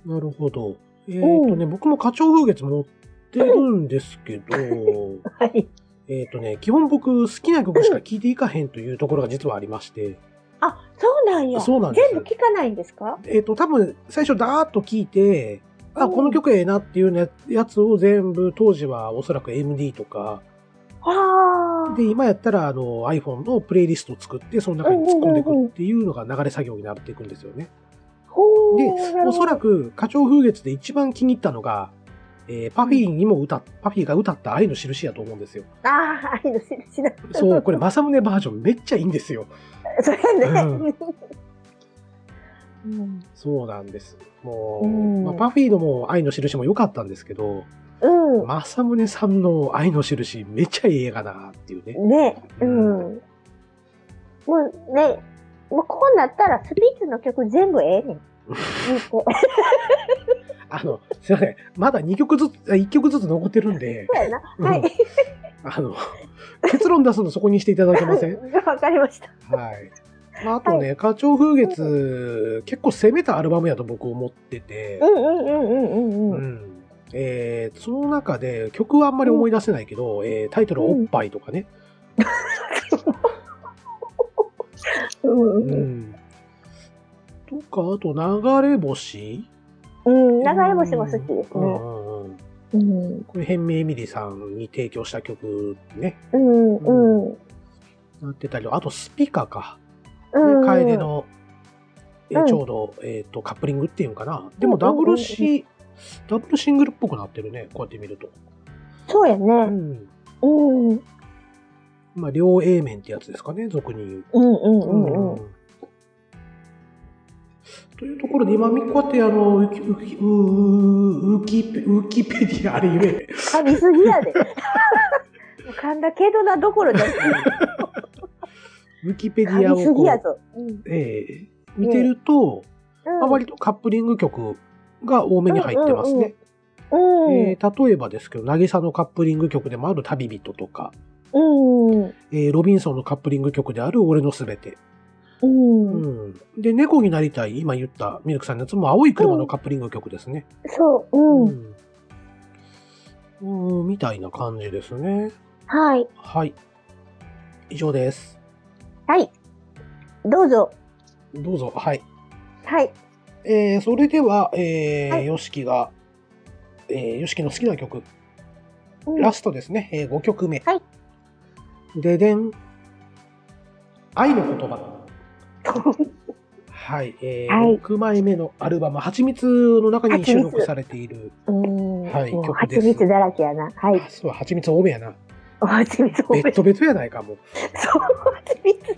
Speaker 2: なるほど。えっ、とね、僕も花鳥風月持ってるんですけど、
Speaker 1: はい。
Speaker 2: えっとね、基本僕好きな曲しか聴いていかへんというところが実はありまして、
Speaker 1: あ、そうなんや。
Speaker 2: そうなんです
Speaker 1: 全部聞かないんですか
Speaker 2: えっ、と、多分最初ダーッと聴いて、あ、
Speaker 1: うん
Speaker 2: この曲ええなっていうねやつを全部当時はおそらく MD とか、
Speaker 1: はあ。
Speaker 2: で、今やったらあの iPhone のプレイリストを作って、その中に突っ込んでいくっていうのが流れ作業になっていくんですよね。
Speaker 1: ほ
Speaker 2: で
Speaker 1: ーなるほど
Speaker 2: おそらく、花鳥風月で一番気に入ったのが、えーパフィーにも歌っ、パフィーが歌った愛の印やと思うんですよ。
Speaker 1: ああ、愛の印だ。
Speaker 2: そう、これ、正宗バージョンめっちゃいいんですよ。
Speaker 1: *laughs* それね。うん。
Speaker 2: そうなんです。も
Speaker 1: うん
Speaker 2: う、まあ、パフィーのも愛の印も良かったんですけど、
Speaker 1: うん。
Speaker 2: 正宗さんの愛の印めっちゃいい映画だなっていうね。
Speaker 1: ね、う。
Speaker 2: うんん
Speaker 1: もうね、もうこうなったらスピッツの曲全部ええね *laughs* ん。そう
Speaker 2: あの、すいません。まだ2曲ずつ、あ1曲ずつ残ってるんで、
Speaker 1: やな。は
Speaker 2: う
Speaker 1: い。
Speaker 2: んあの、結論出すのそこにしていただけません
Speaker 1: *laughs* わかりました。
Speaker 2: はい。まあ、あとね、花鳥風月、結構攻めたアルバムやと僕思ってて
Speaker 1: う、んうんうんうん
Speaker 2: う
Speaker 1: うんうん。
Speaker 2: ん。えーその中で曲はあんまり思い出せないけど、えータイトルはおっぱいとかね。
Speaker 1: う
Speaker 2: うん
Speaker 1: うん
Speaker 2: ん。とか、あと、流れ星
Speaker 1: うん。長い星も好きです
Speaker 2: う
Speaker 1: ね。
Speaker 2: んうんうん。
Speaker 1: うん
Speaker 2: これ、ヘンミエミリさんに提供した曲ね、
Speaker 1: うんうん。
Speaker 2: なってたり、あと、スピカか。
Speaker 1: う
Speaker 2: ね
Speaker 1: ん。
Speaker 2: 楓。の、えー
Speaker 1: うん
Speaker 2: ちょうど、えーと、カップリングっていうんかな。で
Speaker 1: うん
Speaker 2: も、
Speaker 1: うん
Speaker 2: ダ
Speaker 1: うんうん
Speaker 2: ブルシ、ダブルシングルっぽくなってるね、こうやって見ると。
Speaker 1: そうやね。
Speaker 2: ん。
Speaker 1: うん。うん
Speaker 2: まあ、両 A 面ってやつですかね、俗に言う。
Speaker 1: うんうんうん。
Speaker 2: というところで、今、みこうやって、あの、ウキ、ウキ、ウキ、ウキペディア、あれ言え。
Speaker 1: 噛みすぎやで。 *laughs* 噛んだけどなどころじゃない。
Speaker 2: ウキペディ
Speaker 1: 噛
Speaker 2: ア
Speaker 1: みす
Speaker 2: を
Speaker 1: ぎ
Speaker 2: こ
Speaker 1: や
Speaker 2: う、
Speaker 1: ぞ。うん
Speaker 2: ええ見てると、
Speaker 1: うん
Speaker 2: まあ割とカップリング曲が多めに入ってますね。
Speaker 1: うん
Speaker 2: えー例えばですけど、渚のカップリング曲でもある旅人とか、
Speaker 1: うん
Speaker 2: えーロビンソンのカップリング曲である俺のすべて。
Speaker 1: うん。
Speaker 2: うん。で、猫になりたい、今言ったミルクさんのやつも青い車のカップリング曲ですね。
Speaker 1: そう、うん、
Speaker 2: うん。うん、みたいな感じですね。
Speaker 1: はい、
Speaker 2: はい。以上です。
Speaker 1: はい。どうぞ。
Speaker 2: どうぞ。はい。
Speaker 1: はい。
Speaker 2: えー、それでは、え
Speaker 1: は
Speaker 2: ー、
Speaker 1: い
Speaker 2: ヨシキが、えー、ヨシキの好きな曲、
Speaker 1: うん
Speaker 2: ラストですね。えー、5曲目。
Speaker 1: はい。
Speaker 2: ででん。愛の言葉。はい。えー
Speaker 1: はい
Speaker 2: 6枚目のアルバム、蜂蜜の中に収録
Speaker 1: 蜂蜜
Speaker 2: されている。
Speaker 1: *laughs* うん、
Speaker 2: はい
Speaker 1: もう
Speaker 2: 曲です
Speaker 1: 蜂蜜だらけやな。はい。
Speaker 2: あそう、蜂蜜多めやな。
Speaker 1: お蜂蜜ほ
Speaker 2: ベ
Speaker 1: んま
Speaker 2: ッ
Speaker 1: に。
Speaker 2: ドベッドやないかも。
Speaker 1: そう、蜂蜜。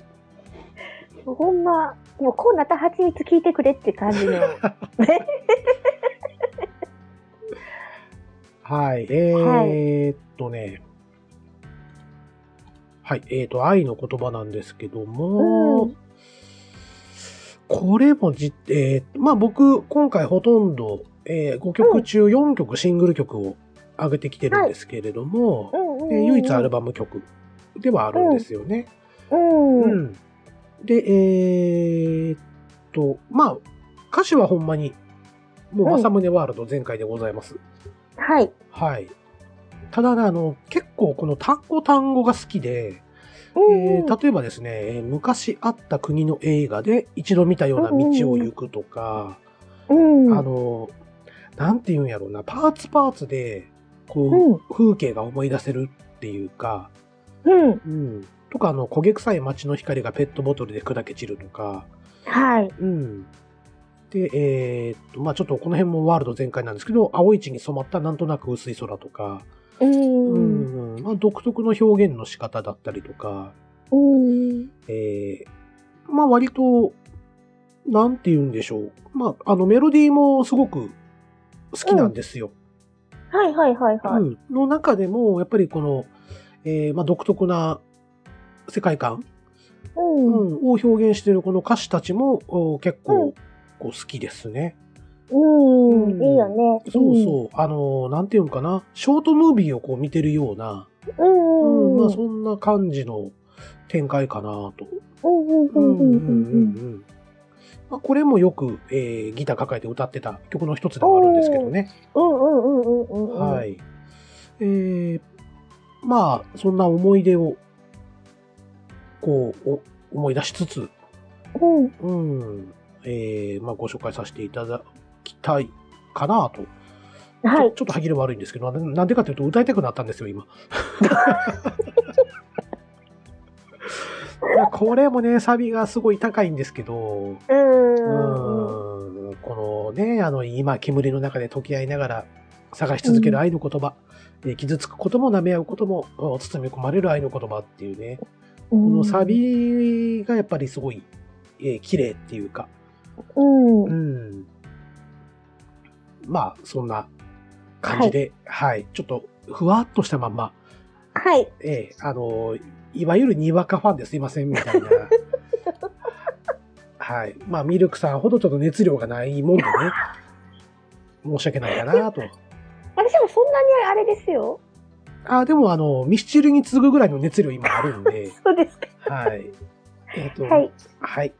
Speaker 1: ほんま、もうこうなったら蜂蜜聞いてくれって感じの。
Speaker 2: はい。えーっとね。はい。えーっと、愛の言葉なんですけども、
Speaker 1: うん
Speaker 2: これもじ、えーまあ僕、今回ほとんど、え5曲中4曲シングル曲を上げてきてるんですけれども、
Speaker 1: うんうんうん
Speaker 2: えー唯一アルバム曲ではあるんですよね。
Speaker 1: うん。うん。
Speaker 2: うんで、えーっと、まあ、歌詞はほんまに、もう、
Speaker 1: うん
Speaker 2: 正宗ワールド全開でございます。
Speaker 1: はい。
Speaker 2: はい。ただね、あの、結構この単語単語が好きで、
Speaker 1: うん
Speaker 2: えー例えばですね、えー昔あった国の映画で一度見たような道を行くとか、
Speaker 1: うん。
Speaker 2: あの、なんて言うんやろうな、パーツパーツで、
Speaker 1: う
Speaker 2: こ
Speaker 1: ん
Speaker 2: う、風景が思い出せるっていうか、
Speaker 1: うん。
Speaker 2: うん。とか、あの、焦げ臭い街の光がペットボトルで砕け散るとか、
Speaker 1: はい。
Speaker 2: うん。で、えーっと、まあちょっとこの辺もワールド全開なんですけど、青い地に染まったなんとなく薄い空とか、
Speaker 1: うん。
Speaker 2: うんまあ、独特の表現の仕方だったりとか、
Speaker 1: うん。
Speaker 2: えーまあ割と、なんて言うんでしょう。まあ、あのメロディーもすごく好きなんですよ。
Speaker 1: はいはいはいはい。
Speaker 2: うんの中でも、やっぱりこの、えーまあ独特な世界観、
Speaker 1: うん。うん。
Speaker 2: を表現しているこの歌詞たちもお結構、
Speaker 1: うん
Speaker 2: こう好きですね。うん
Speaker 1: いいよね。
Speaker 2: そうそう。あの、なんていうんかな。ショートムービーをこう見てるような、
Speaker 1: う。
Speaker 2: うんん
Speaker 1: うん。
Speaker 2: まあそんな感じの展開かなと。
Speaker 1: うんうんう
Speaker 2: う
Speaker 1: うう
Speaker 2: んんうんんうん
Speaker 1: ん
Speaker 2: うんまあこれもよく、えーギター抱えて歌ってた曲の一つではあるんですけどね。
Speaker 1: うんうんうんうん。。
Speaker 2: はいい。えーまあ、そんな思い出を、こう、お思い出しつつ、
Speaker 1: うん。
Speaker 2: うん、えーまあ、ご紹介させていただきたいかなと。
Speaker 1: は
Speaker 2: ちょ
Speaker 1: い。
Speaker 2: ちょっと歯切れ悪いんですけど、ななんでかというと歌いたくなったんですよ、 *laughs* 今。いやこれもね、サビがすごい高いんですけど、
Speaker 1: う。
Speaker 2: うん
Speaker 1: うん。
Speaker 2: ん、このね、あの、今、煙の中で溶け合いながら探し続ける愛の言葉、えー傷つくことも舐め合うこともうん包み込まれる愛の言葉っていうね、
Speaker 1: こ
Speaker 2: このサ。ビがやっぱりすごい、えー綺麗っていうか、
Speaker 1: うん。
Speaker 2: う
Speaker 1: は
Speaker 2: ん。まあ、そんな感じで、はい、ちょっと、ふわっとしたまんま、
Speaker 1: い。
Speaker 2: ええあの、いわゆるにわかファンですいません、
Speaker 1: *laughs*
Speaker 2: みたいな。はい。まあ、ミルクさんほどちょっと熱量がないもんでね、申し訳ないかなと。
Speaker 1: 私もそんなにあれですよ。
Speaker 2: あ、でも、あの、ミスチルに次ぐぐらいの熱量今あるんで、
Speaker 1: そうですか。
Speaker 2: はい。えっ、
Speaker 1: *laughs*
Speaker 2: と、
Speaker 1: はい。
Speaker 2: はい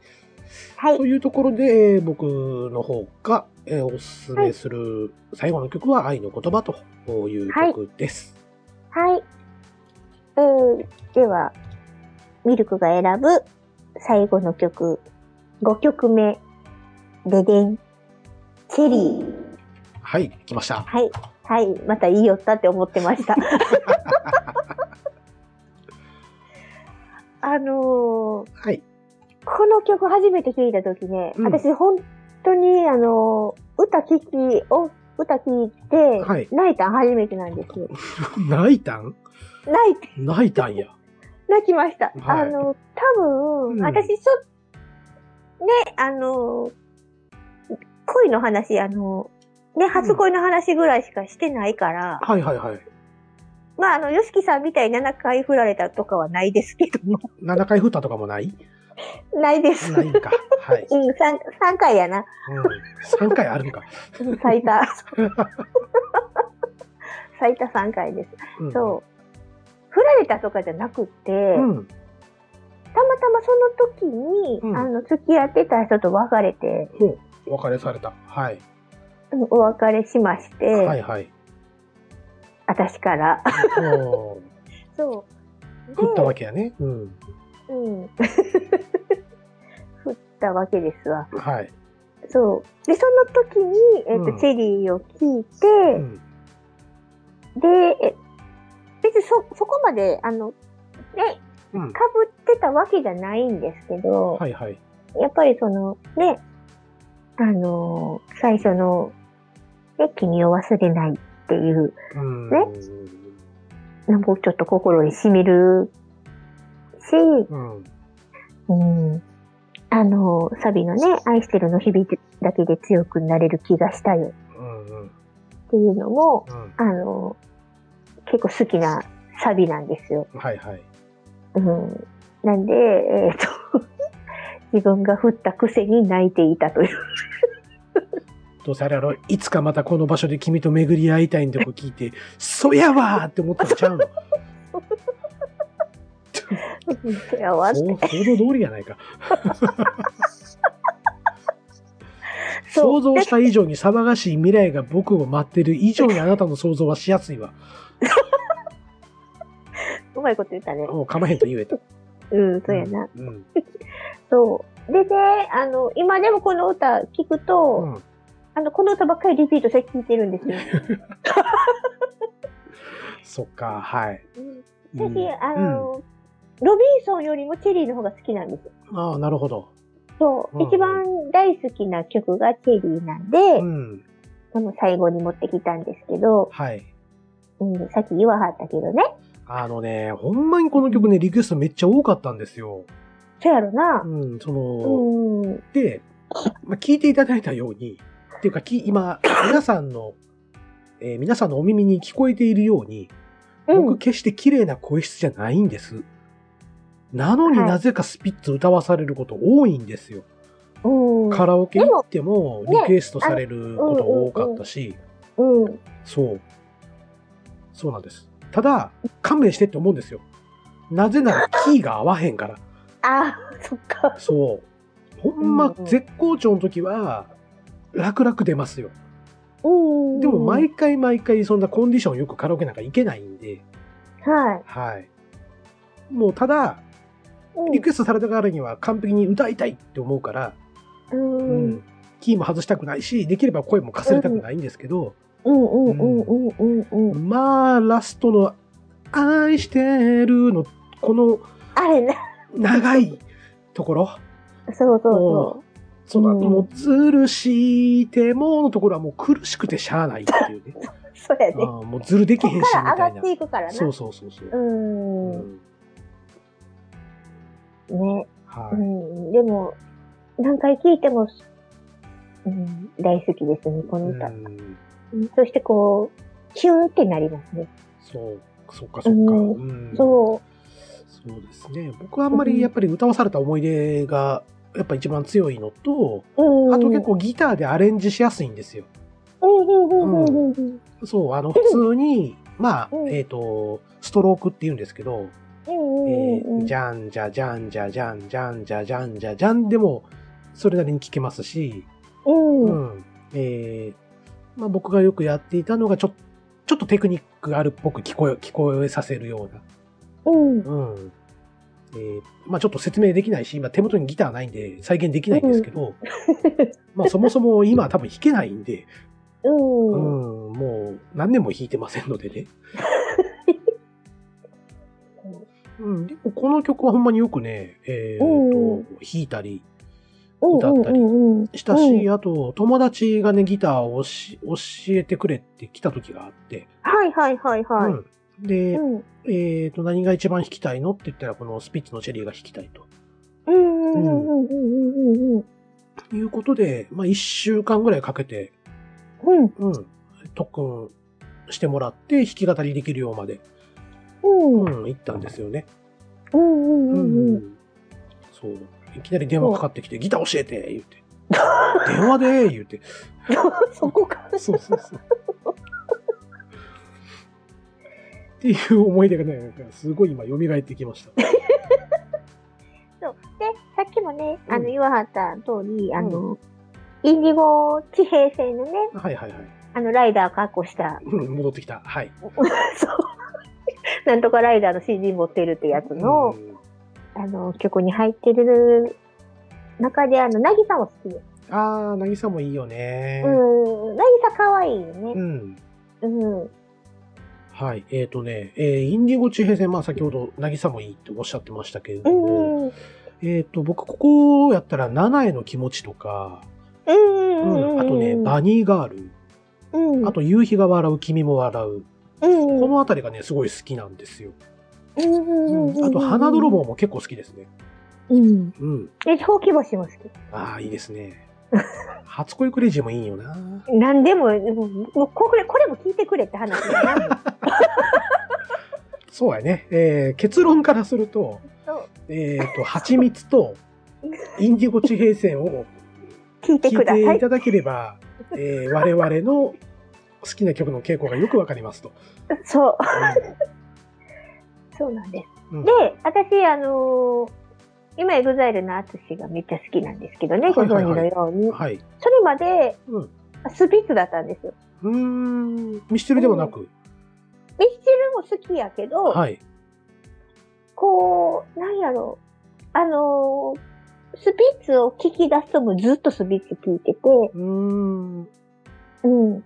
Speaker 1: はい
Speaker 2: と。いうところで、えー僕の方が、えーおすすめする最後の曲は愛の言葉という曲です。
Speaker 1: はい。えー、では、ミルクが選ぶ最後の曲、5曲目、ででん、チェリー。
Speaker 2: はい、来ました。
Speaker 1: はい。はい。またいいよったって思ってま
Speaker 2: *laughs*
Speaker 1: した。あのー
Speaker 2: はい。
Speaker 1: この曲初めて聴いたときね、
Speaker 2: うん
Speaker 1: 私本当に、あのー歌聴き、お歌聴いて、
Speaker 2: はい
Speaker 1: 泣いたん初めてなんですよ。
Speaker 2: 泣いたん
Speaker 1: 泣いて、
Speaker 2: 泣いたんや。
Speaker 1: 泣きました。
Speaker 2: はい
Speaker 1: あの、多分、
Speaker 2: うん
Speaker 1: 私、そ、ね、あの、恋の話、あの、ね、初恋の話ぐらいしかしてないから、
Speaker 2: はいはいはい。
Speaker 1: まあ、あの、ヨシキさんみたいに7回振られたとかはないです
Speaker 2: *laughs*
Speaker 1: けども、
Speaker 2: 7回振ったとかもない
Speaker 1: ないです。
Speaker 2: ないんか。 *laughs* はい。
Speaker 1: うん、3, 三回やな、
Speaker 2: うん、3回あるんか。
Speaker 1: 最
Speaker 2: *laughs*
Speaker 1: 多。最多3回です。
Speaker 2: うん、
Speaker 1: そう。振られたとかじゃなくて、
Speaker 2: うん。
Speaker 1: たまたまその時に、
Speaker 2: うん
Speaker 1: あの、付き合ってた人と別れて、
Speaker 2: ほう、お別れされた。はい。
Speaker 1: うんお別れしまして、
Speaker 2: はいはい。
Speaker 1: 私から。
Speaker 2: おー
Speaker 1: そう。
Speaker 2: 振ったわけやね。うん。
Speaker 1: け。うん。 *laughs* 振ったわけですわ。
Speaker 2: はい。
Speaker 1: そう。で、その時に、えっ、と、
Speaker 2: うん
Speaker 1: チェリーを聞いて、
Speaker 2: うん。
Speaker 1: で、え別にそ、そこまで、あの、ね、
Speaker 2: うん
Speaker 1: 被。ってたわけじゃないんですけど、
Speaker 2: はいはい。
Speaker 1: やっぱりその、ね、あのー最初の、ね、君を忘れないっていう
Speaker 2: うん。
Speaker 1: ねのもちょっと心に染みるし、
Speaker 2: うん。
Speaker 1: うんあの、サビのね、愛してるの響きだけで強くなれる気がしたよ
Speaker 2: うん。うん。
Speaker 1: っていうのも、
Speaker 2: うん。
Speaker 1: あの、結構好きなサビなんですよ。
Speaker 2: はいはい。
Speaker 1: うん。なんで、えっ、と、 *laughs* 自分が振ったくせに泣いていたという。
Speaker 2: どうせあれやろ、いつかまたこの場所で君と巡り会いたいんでこ聞いて、そやわーって思ったんちゃうの。
Speaker 1: そやわ
Speaker 2: そう想像通りやない
Speaker 1: *laughs*
Speaker 2: か。
Speaker 1: そ
Speaker 2: 想
Speaker 1: う
Speaker 2: 像した以上に騒がしい未来が僕を待ってる以上にあなたの想像はしやすい
Speaker 1: *laughs*
Speaker 2: わ。
Speaker 1: うまいこと言ったね。
Speaker 2: もうかまへんと言えた。
Speaker 1: うん、そうやな。
Speaker 2: うん。
Speaker 1: そう。でね、あの、今でもこの歌聞く
Speaker 2: う
Speaker 1: と、
Speaker 2: ん。
Speaker 1: あの、この歌ばっかりリピートして聞いてるんですよ。
Speaker 2: そっか、はい。 *laughs* う
Speaker 1: 私、
Speaker 2: ん
Speaker 1: あの、ロビンソンよりもチェリーの方が好きなんです。
Speaker 2: うんああ、なるほど。
Speaker 1: そう、
Speaker 2: うんうん
Speaker 1: 一番大好きな曲がチェリーなんで、
Speaker 2: うん。
Speaker 1: この最後に持ってきたんですけど、
Speaker 2: はい。
Speaker 1: うん、さっき言わはったけどね、
Speaker 2: ああのね、ほんまにこの曲ね、リクエストめっちゃ多かったんですよ。
Speaker 1: そやろな。
Speaker 2: うん、その、
Speaker 1: うん。
Speaker 2: で、まあ、聞いていただいたように、っていうか、き今、皆さんの、えー皆さんのお耳に聞こえているように、
Speaker 1: う
Speaker 2: 僕、
Speaker 1: ん。
Speaker 2: 決して綺麗な声質じゃないんです。なのに
Speaker 1: はい
Speaker 2: なぜかスピッツ歌わされること多いんですよ。
Speaker 1: うん。
Speaker 2: カラオケ行っても
Speaker 1: でもね
Speaker 2: リクエストされること多かったし、
Speaker 1: うん。
Speaker 2: そう。そうなんです。ただ、勘弁してって思うんですよ。なぜならキーが合わへんから。
Speaker 1: あ、そっか。
Speaker 2: そう。ほん
Speaker 1: う
Speaker 2: ま
Speaker 1: んうん
Speaker 2: 絶好調の時は、楽々出ますよ。
Speaker 1: うん。
Speaker 2: でも毎回毎回そんなコンディションよくカラオケなんか行けないんで、
Speaker 1: は
Speaker 2: はい。もうただ、
Speaker 1: い。
Speaker 2: リクエストされたからには完璧に歌いたいって思うから、
Speaker 1: う。
Speaker 2: うん
Speaker 1: うん。
Speaker 2: キーも外したくないし、できれば声もかすれたくないんですけど、
Speaker 1: うんうんうんうんうんうん。
Speaker 2: まあ、ラストの、愛してるの、この
Speaker 1: あれな。
Speaker 2: 長いところ、
Speaker 1: そうそうそ
Speaker 2: その後
Speaker 1: うん
Speaker 2: もう、ずるしてものところはもう苦しくてしゃあないっていうね。
Speaker 1: う。そうやね。
Speaker 2: ああもうずるでき
Speaker 1: こ
Speaker 2: へんし、
Speaker 1: っ
Speaker 2: み
Speaker 1: から
Speaker 2: た
Speaker 1: 上
Speaker 2: い
Speaker 1: が
Speaker 2: な
Speaker 1: っ。ていくからな。
Speaker 2: そうそうそうそうう。
Speaker 1: ん。
Speaker 2: う
Speaker 1: ね。
Speaker 2: ん
Speaker 1: う
Speaker 2: は
Speaker 1: ん。でも、何回聞いても、うん、大好きですね、こ
Speaker 2: い。
Speaker 1: の
Speaker 2: う
Speaker 1: 歌。
Speaker 2: ん
Speaker 1: うんそしてこう、キュンってなりますね。
Speaker 2: そう、そっか
Speaker 1: う
Speaker 2: そっか。
Speaker 1: ん
Speaker 2: うん
Speaker 1: そ
Speaker 2: そうですね。僕はあんまりやっぱり歌わされた思い出が、やっぱ一番強いのと、
Speaker 1: う。うん。
Speaker 2: あと結構ギターでアレンジしやすいんですよ。
Speaker 1: うんうんうんうんうん
Speaker 2: そう、あの、普通に、まあ
Speaker 1: う、ん
Speaker 2: えっと、ストロークって言うんですけど、
Speaker 1: うんうん
Speaker 2: え
Speaker 1: うんうん。
Speaker 2: ー、じゃんじゃじゃんじゃじゃんじゃんじゃじゃんじゃじゃんでも、それなりに聴けますし、
Speaker 1: うん。
Speaker 2: う
Speaker 1: うん
Speaker 2: ん。えー、まあ僕がよくやっていたのが、ちょ、ちょっとテクニックあるっぽく聞こえ、聞こえさせるような。
Speaker 1: うん。
Speaker 2: うん。えーまあちょっと説明できないし、今手元にギターないんで再現できないんです
Speaker 1: *laughs*
Speaker 2: けど、まあそもそも今多分弾けないんで、うん、
Speaker 1: うん。
Speaker 2: もう何年も弾いてませんの
Speaker 1: *laughs*
Speaker 2: でね。うん、でもこの曲はほんまによくね、えー
Speaker 1: うん
Speaker 2: と、弾いたり歌
Speaker 1: 歌
Speaker 2: ったり
Speaker 1: うんうん
Speaker 2: したし、あと友達がね、ギターをし教えてくれって来た時があって、
Speaker 1: はいはいはいはい。
Speaker 2: うん、で、
Speaker 1: うん
Speaker 2: えーと、何が一番弾きたいのって言ったら、このスピッツのチェリーが弾きたいと。
Speaker 1: うんうんうんうんうんうん
Speaker 2: ということで、まあ、一週間ぐらいかけて、
Speaker 1: うん
Speaker 2: うん、特訓してもらって、弾き語りできるようまで、
Speaker 1: うん
Speaker 2: うん、行ったんですよね。
Speaker 1: うんうんうんうん。
Speaker 2: そう。いきなり電話かかってきて、ギター教えて言って。 *laughs* 電話で言って。
Speaker 1: そこか。
Speaker 2: そうそうそう。っていう思い出がね、なんかすごい今、蘇ってきました。
Speaker 1: で、さっきもね、あの、
Speaker 2: うん
Speaker 1: 言わはった通り、あの、インディゴ地平線のね、
Speaker 2: はいはいはい。
Speaker 1: あの、ライダー確保した、
Speaker 2: うん戻ってきた。はい。
Speaker 1: そう。なんとかライダーの CD 持ってるってやつの、
Speaker 2: うん
Speaker 1: あの、曲に入ってる中で、あの、なぎさも好きよ。
Speaker 2: あー、渚もいいよね。
Speaker 1: うん、なぎさかわいいよね。
Speaker 2: うん
Speaker 1: うん。
Speaker 2: はい。えっ、とね、えーインディゴ地平線、まあ先ほど、渚もいいっておっしゃってましたけれ
Speaker 1: う
Speaker 2: ども、
Speaker 1: ん。うん。
Speaker 2: えっ、と、僕、ここやったら、七重の気持ちとか、
Speaker 1: うん。
Speaker 2: あとね、バニーガール、
Speaker 1: うん。
Speaker 2: あと、夕日が笑う、君も笑う、
Speaker 1: うん、
Speaker 2: このあたりがね、すごい好きなんですよ。
Speaker 1: うん
Speaker 2: うんあと、花泥。棒も結構好きですね。
Speaker 1: うん。
Speaker 2: うん。
Speaker 1: え、ほうき星も好き。
Speaker 2: ああ、いいですね。 *laughs* 初恋クレイジーもいいよな。
Speaker 1: なんでも、もうもうこれ、これも聞いてくれって話だな。
Speaker 2: そうやね。えー結論からすると、
Speaker 1: そう
Speaker 2: えっ、と、蜂蜜
Speaker 1: *laughs*
Speaker 2: と、インディゴ地平線を
Speaker 1: 聞いて
Speaker 2: 聞
Speaker 1: くださ
Speaker 2: いてい
Speaker 1: い。
Speaker 2: ただけれ
Speaker 1: *laughs*
Speaker 2: ば、えー我々の好きな曲の傾向がよくわかりま
Speaker 1: *laughs*
Speaker 2: すと。
Speaker 1: そう。そうなんです。
Speaker 2: うん
Speaker 1: で、私、あのー今、エグザイルのアツシがめっちゃ好きなんですけどね、
Speaker 2: はい
Speaker 1: ご
Speaker 2: はいはい
Speaker 1: 存知のように。
Speaker 2: はい。う
Speaker 1: それまで、
Speaker 2: うん
Speaker 1: スピッツだったんですよ。
Speaker 2: ーん、ミステルでもなく、
Speaker 1: ミスチルも好きやけど、
Speaker 2: はい。
Speaker 1: こう、なんやろう、あのースピッツを聞き出すともうずっとスピッツ聞いてて、
Speaker 2: うーん、
Speaker 1: うん。で、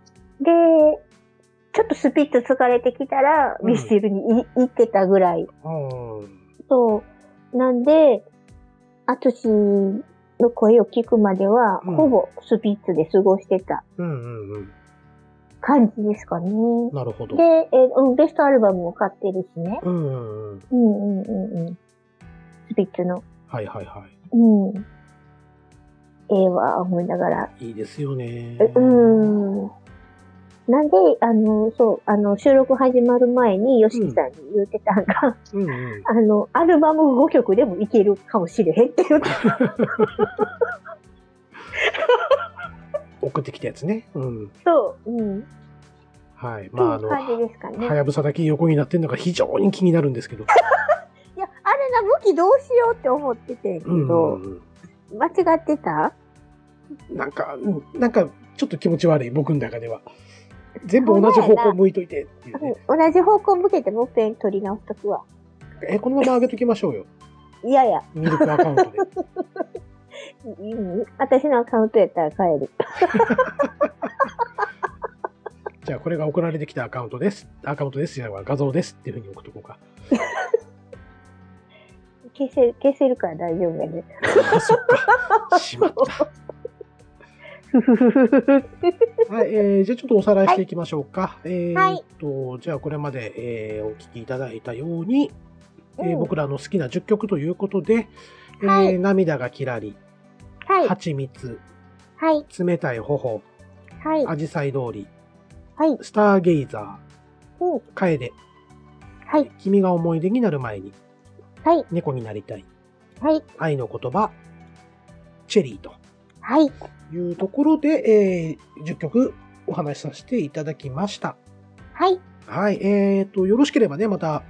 Speaker 1: ちょっとスピッツ疲れてきたら、
Speaker 2: うん
Speaker 1: ミスチルにい行ってたぐらい。
Speaker 2: うん、
Speaker 1: そう。なんで、アツシの声を聞くまでは、
Speaker 2: うん
Speaker 1: ほぼスピッツで過ごしてた
Speaker 2: うん、うん、うん。
Speaker 1: 感じですかね。
Speaker 2: なるほど
Speaker 1: で、。えーうん、ベストアルバムも買ってるしね。
Speaker 2: うんうんうん。
Speaker 1: うんうんうんうん。スピッツの。
Speaker 2: はいはいは
Speaker 1: うん。ええわ、思いながら。
Speaker 2: い。いいですよね。
Speaker 1: ううん。なんで、あの、そう、あの、収録始まる前に、ヨシキさんに言うてたんが、
Speaker 2: うんうん。
Speaker 1: あの、アルバム5曲でもいけるかもしれへんっていう。
Speaker 2: 送ってきたやつね。うん。
Speaker 1: そう、うん。
Speaker 2: はい。まあ、あ
Speaker 1: って
Speaker 2: の
Speaker 1: いう、感じですかね。
Speaker 2: はやぶさだけ横になってるのが非常に気になるんですけど。
Speaker 1: いや、あれな、向きどうしようって思っててんけ
Speaker 2: うんうん
Speaker 1: ど、
Speaker 2: うん。
Speaker 1: 間違ってた
Speaker 2: なんか、うんなんか、ちょっと気持ち悪い、僕の中では。全部同じ方向向いといてっていう
Speaker 1: うん
Speaker 2: ね。
Speaker 1: 同じ方向向けてもう一遍撮り直しとくわ。
Speaker 2: え、このまま上げときましょうよ。
Speaker 1: いやいや、
Speaker 2: ミルクアカウントで。 *laughs*
Speaker 1: うん私のアカウントやったら帰る。
Speaker 2: じゃあ、これが送られてきたアカウントです。アカウントですじゃあ画像ですっていうふうに送っとこうか。
Speaker 1: 消せる、消せるから大丈夫やね。
Speaker 2: あそっ
Speaker 1: *laughs*
Speaker 2: か。しまった。はい、えーじゃあちょっとおさらいしていきましょうか。えーっと、じゃあこれまで、えーお聞きいただいたように、えー
Speaker 1: うん
Speaker 2: 僕らの好きな10曲ということで、えー
Speaker 1: はい
Speaker 2: 涙がきらり、
Speaker 1: はい、
Speaker 2: 蜂蜜、
Speaker 1: はい、
Speaker 2: 冷たい頬、
Speaker 1: はい、
Speaker 2: アジサイ通り、
Speaker 1: はい、
Speaker 2: スターゲイザ
Speaker 1: うん、
Speaker 2: ー、カエデ、
Speaker 1: はい、
Speaker 2: 君が思い出になる前に、
Speaker 1: はい、
Speaker 2: 猫になりたい、
Speaker 1: はい、
Speaker 2: 愛の言葉、チェリーと
Speaker 1: はい、
Speaker 2: いうところで、えー10曲お話しさせていただきました。
Speaker 1: はい、
Speaker 2: はい、えー、と、よろしければね、また、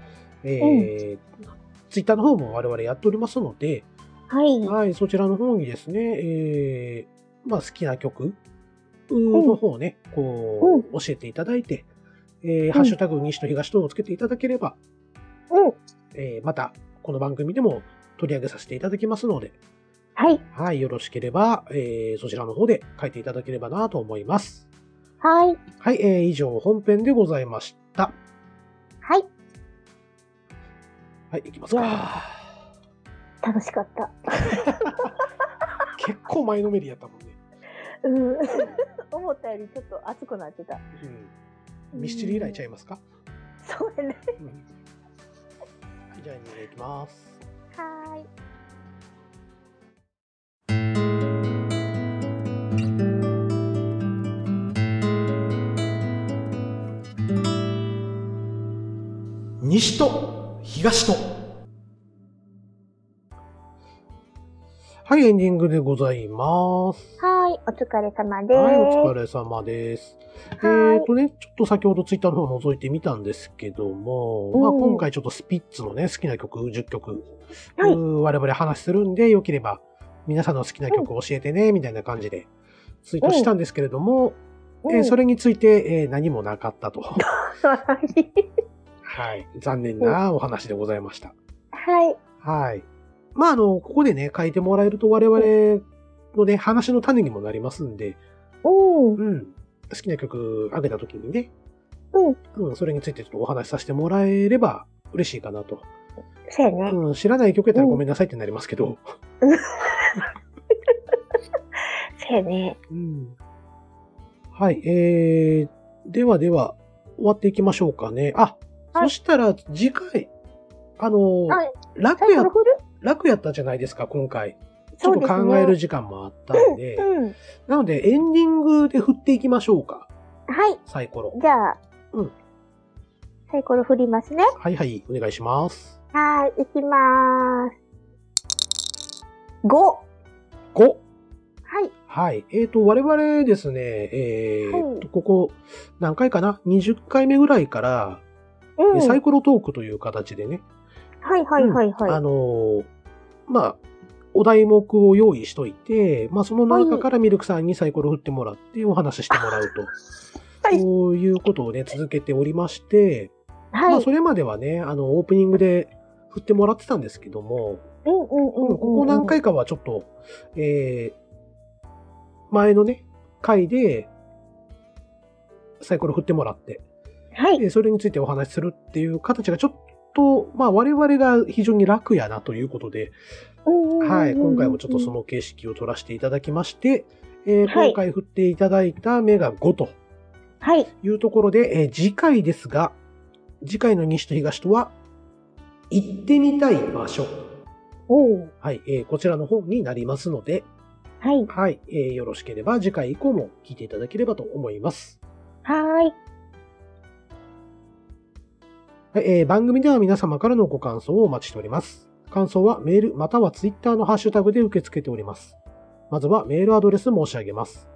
Speaker 2: えーツイッターの方も我々やっておりますので、
Speaker 1: はい、
Speaker 2: はい、そちらの方にですね、えーまあ、好きな曲の方をね、こう、教えていただいて、えーハッシュタグ西と東とをつけていただければ、
Speaker 1: うん、
Speaker 2: えーまた、この番組でも取り上げさせていただきますので、
Speaker 1: はい、
Speaker 2: はい、よろしければ、えーそちらの方で書いていただければなと思います。
Speaker 1: はい、
Speaker 2: はい、えー以上、本編でございました。
Speaker 1: はい、
Speaker 2: はい、いきます
Speaker 1: いや
Speaker 2: か。
Speaker 1: 楽しかった。
Speaker 2: 結構前のめりやったもんね。
Speaker 1: うん、 *laughs* 思ったよりちょっと熱くなってた。
Speaker 2: うん、ミスチル以来ちゃいますか、
Speaker 1: そうやね。
Speaker 2: はい、じゃあ2いきます。
Speaker 1: はーい。
Speaker 2: 西と東と。はい、エンディングでございます。
Speaker 1: はーい、お疲れ様です。
Speaker 2: はい、お疲れ様です。えっ、
Speaker 1: はい
Speaker 2: とね、ちょっと先ほどツイッターの方を覗いてみたんですけども、まあ
Speaker 1: うん
Speaker 2: 今回ちょっとスピッツのね、好きな曲、10曲、
Speaker 1: はいう
Speaker 2: ー我々話するんで、よければ皆さんの好きな曲を教えてね、みたいな感じでツイートしたんですけれども、えーそ
Speaker 1: れ。
Speaker 2: れについて、えー何もなかったと。 *laughs*
Speaker 1: はい。
Speaker 2: はい。残念なお話でございました。
Speaker 1: はい。
Speaker 2: はい。まあ、あの、ここでね、書いてもらえると我々のね、話の種にもなりますんで、
Speaker 1: うん。
Speaker 2: うん。好きな曲あげた時にね、
Speaker 1: うん。
Speaker 2: うん、それについてちょっとお話しさせてもらえれば嬉しいかなと。
Speaker 1: そうやね。
Speaker 2: うん、知らない曲やったらごめんなさいってなりますけど、
Speaker 1: そうやね。
Speaker 2: うん。はい、えー、ではでは、終わっていきましょうかね。あ、
Speaker 1: はい
Speaker 2: そしたら次回、あの、
Speaker 1: あ、
Speaker 2: 楽
Speaker 1: タイ
Speaker 2: や
Speaker 1: トルフル
Speaker 2: 楽やったじゃないですか、今回。ち
Speaker 1: そ
Speaker 2: ょっ
Speaker 1: うで
Speaker 2: と
Speaker 1: すね。
Speaker 2: 考える時間もあったんで。
Speaker 1: うん。
Speaker 2: なので、エンディングで振っていきましょうか。
Speaker 1: はい。
Speaker 2: サイコロ。
Speaker 1: じゃあ、
Speaker 2: うん。
Speaker 1: サイコロ振りますね。
Speaker 2: はいはい、お願いします。
Speaker 1: はーい、いきまーす。5。は
Speaker 2: 5。
Speaker 1: い。
Speaker 2: はい。えっ、と、我々ですね、えー
Speaker 1: はい
Speaker 2: とここ、何回かな ?20 回目ぐらいから、
Speaker 1: うん。
Speaker 2: サイコロトークという形でね、
Speaker 1: はいはいはいはい。
Speaker 2: あのーまあ、お題目を用意しといて、まあ、その中からミルクさんにサイコロ振ってもらってお話ししてもらうと。
Speaker 1: *laughs* はい
Speaker 2: こういうことをね、続けておりまして、ま
Speaker 1: は
Speaker 2: あ、
Speaker 1: い。
Speaker 2: それまではね、あの、オープニングで振ってもらってたんですけども、
Speaker 1: うんうんうんうんうん。
Speaker 2: ここ何回かはちょっと、えー前のね、回で、サイコロ振ってもらって、
Speaker 1: はい。
Speaker 2: でそれについてお話しするっていう形がちょっと、まあ我々が非常に楽やなということで、はい、今回もちょっとそ
Speaker 1: の。
Speaker 2: の形式を取らせていただきまして、えー
Speaker 1: はい
Speaker 2: 今回振っていただいた目が5と
Speaker 1: はい。
Speaker 2: いうところで、えー次回ですが、次回の西と東とは、行ってみたい場所。
Speaker 1: おー。
Speaker 2: はい、えーこちらの方になりますので、
Speaker 1: はい。
Speaker 2: はい、えーよろしければ次回以降も聞いていただければと思います。
Speaker 1: はーい。
Speaker 2: はい、えー番組では皆様からのご感想をお待ちしております。感想はメールまたはツイッターのハッシュタグで受け付けております。まずはメールアドレス申し上げます。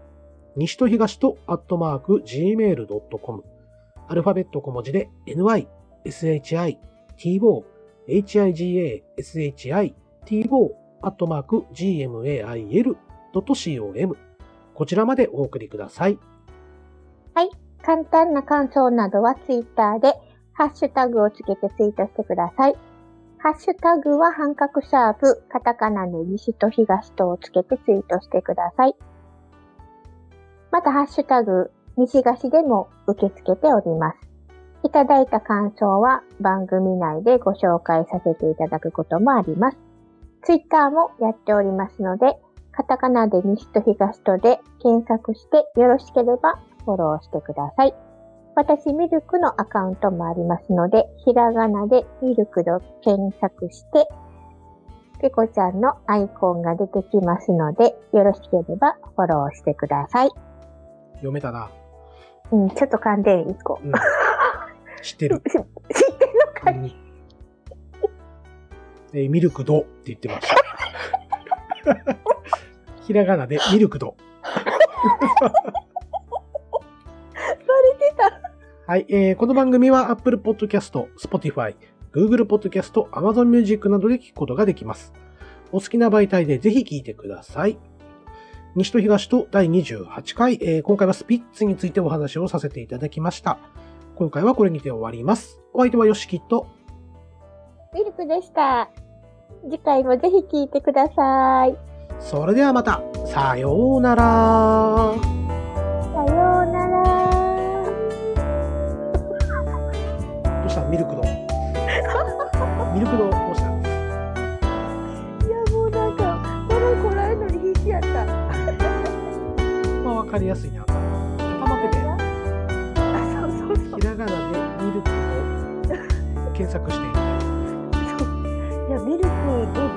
Speaker 2: 西と東とアットマーク gmail.com アルファベット小文字で ny, shi, to, higa, shi, to アットマーク gmail.com こちらまでお送りください。
Speaker 1: 簡単な感想などはツイッターで、ハッシュタグをつけてツイートしてください。ハッシュタグは半角シャープ、カタカナで西と東とをつけてツイートしてください。またハッシュタグ、西菓でも受け付けております。いただいた感想は番組内でご紹介させていただくこともあります。ツイッターもやっておりますので、カタカナで西と東とで検索してよろしければフォローしてください。私、ミルクのアカウントもありますので、ひらがなでミルクと検索して、ペコちゃんのアイコンが出てきますので、よろしければフォローしてください。
Speaker 2: 読めたな。
Speaker 1: うん、ちょっと噛んでいこう。
Speaker 2: うん知ってる。
Speaker 1: 知ってるのかい
Speaker 2: えーミルクドって言ってました。ひらがなでミルクド。
Speaker 1: バレて
Speaker 2: はい、えーこの番組は Apple Podcast、Spotify、Google Podcast、Amazon Music などで聞くことができます。お好きな媒体でぜひ聞いてください。西と東と第28回、えー今回はスピッツについてお話をさせていただきました。今回はこれにて終わります。お相手はよしきと、
Speaker 1: たミルクでした。次回もぜひ聞いてください。
Speaker 2: それではまた、さようなら。
Speaker 1: さようなら。
Speaker 2: どうしたミルクド。ミルクド、どうした
Speaker 1: いや、もうなんか、まだこらえるのに必死やった。
Speaker 2: まあ、わかりやすいな。頭ペペ、
Speaker 1: あ、そうそうそう
Speaker 2: ひらがなでミルクを検索している。
Speaker 1: そう。いや、ミルクで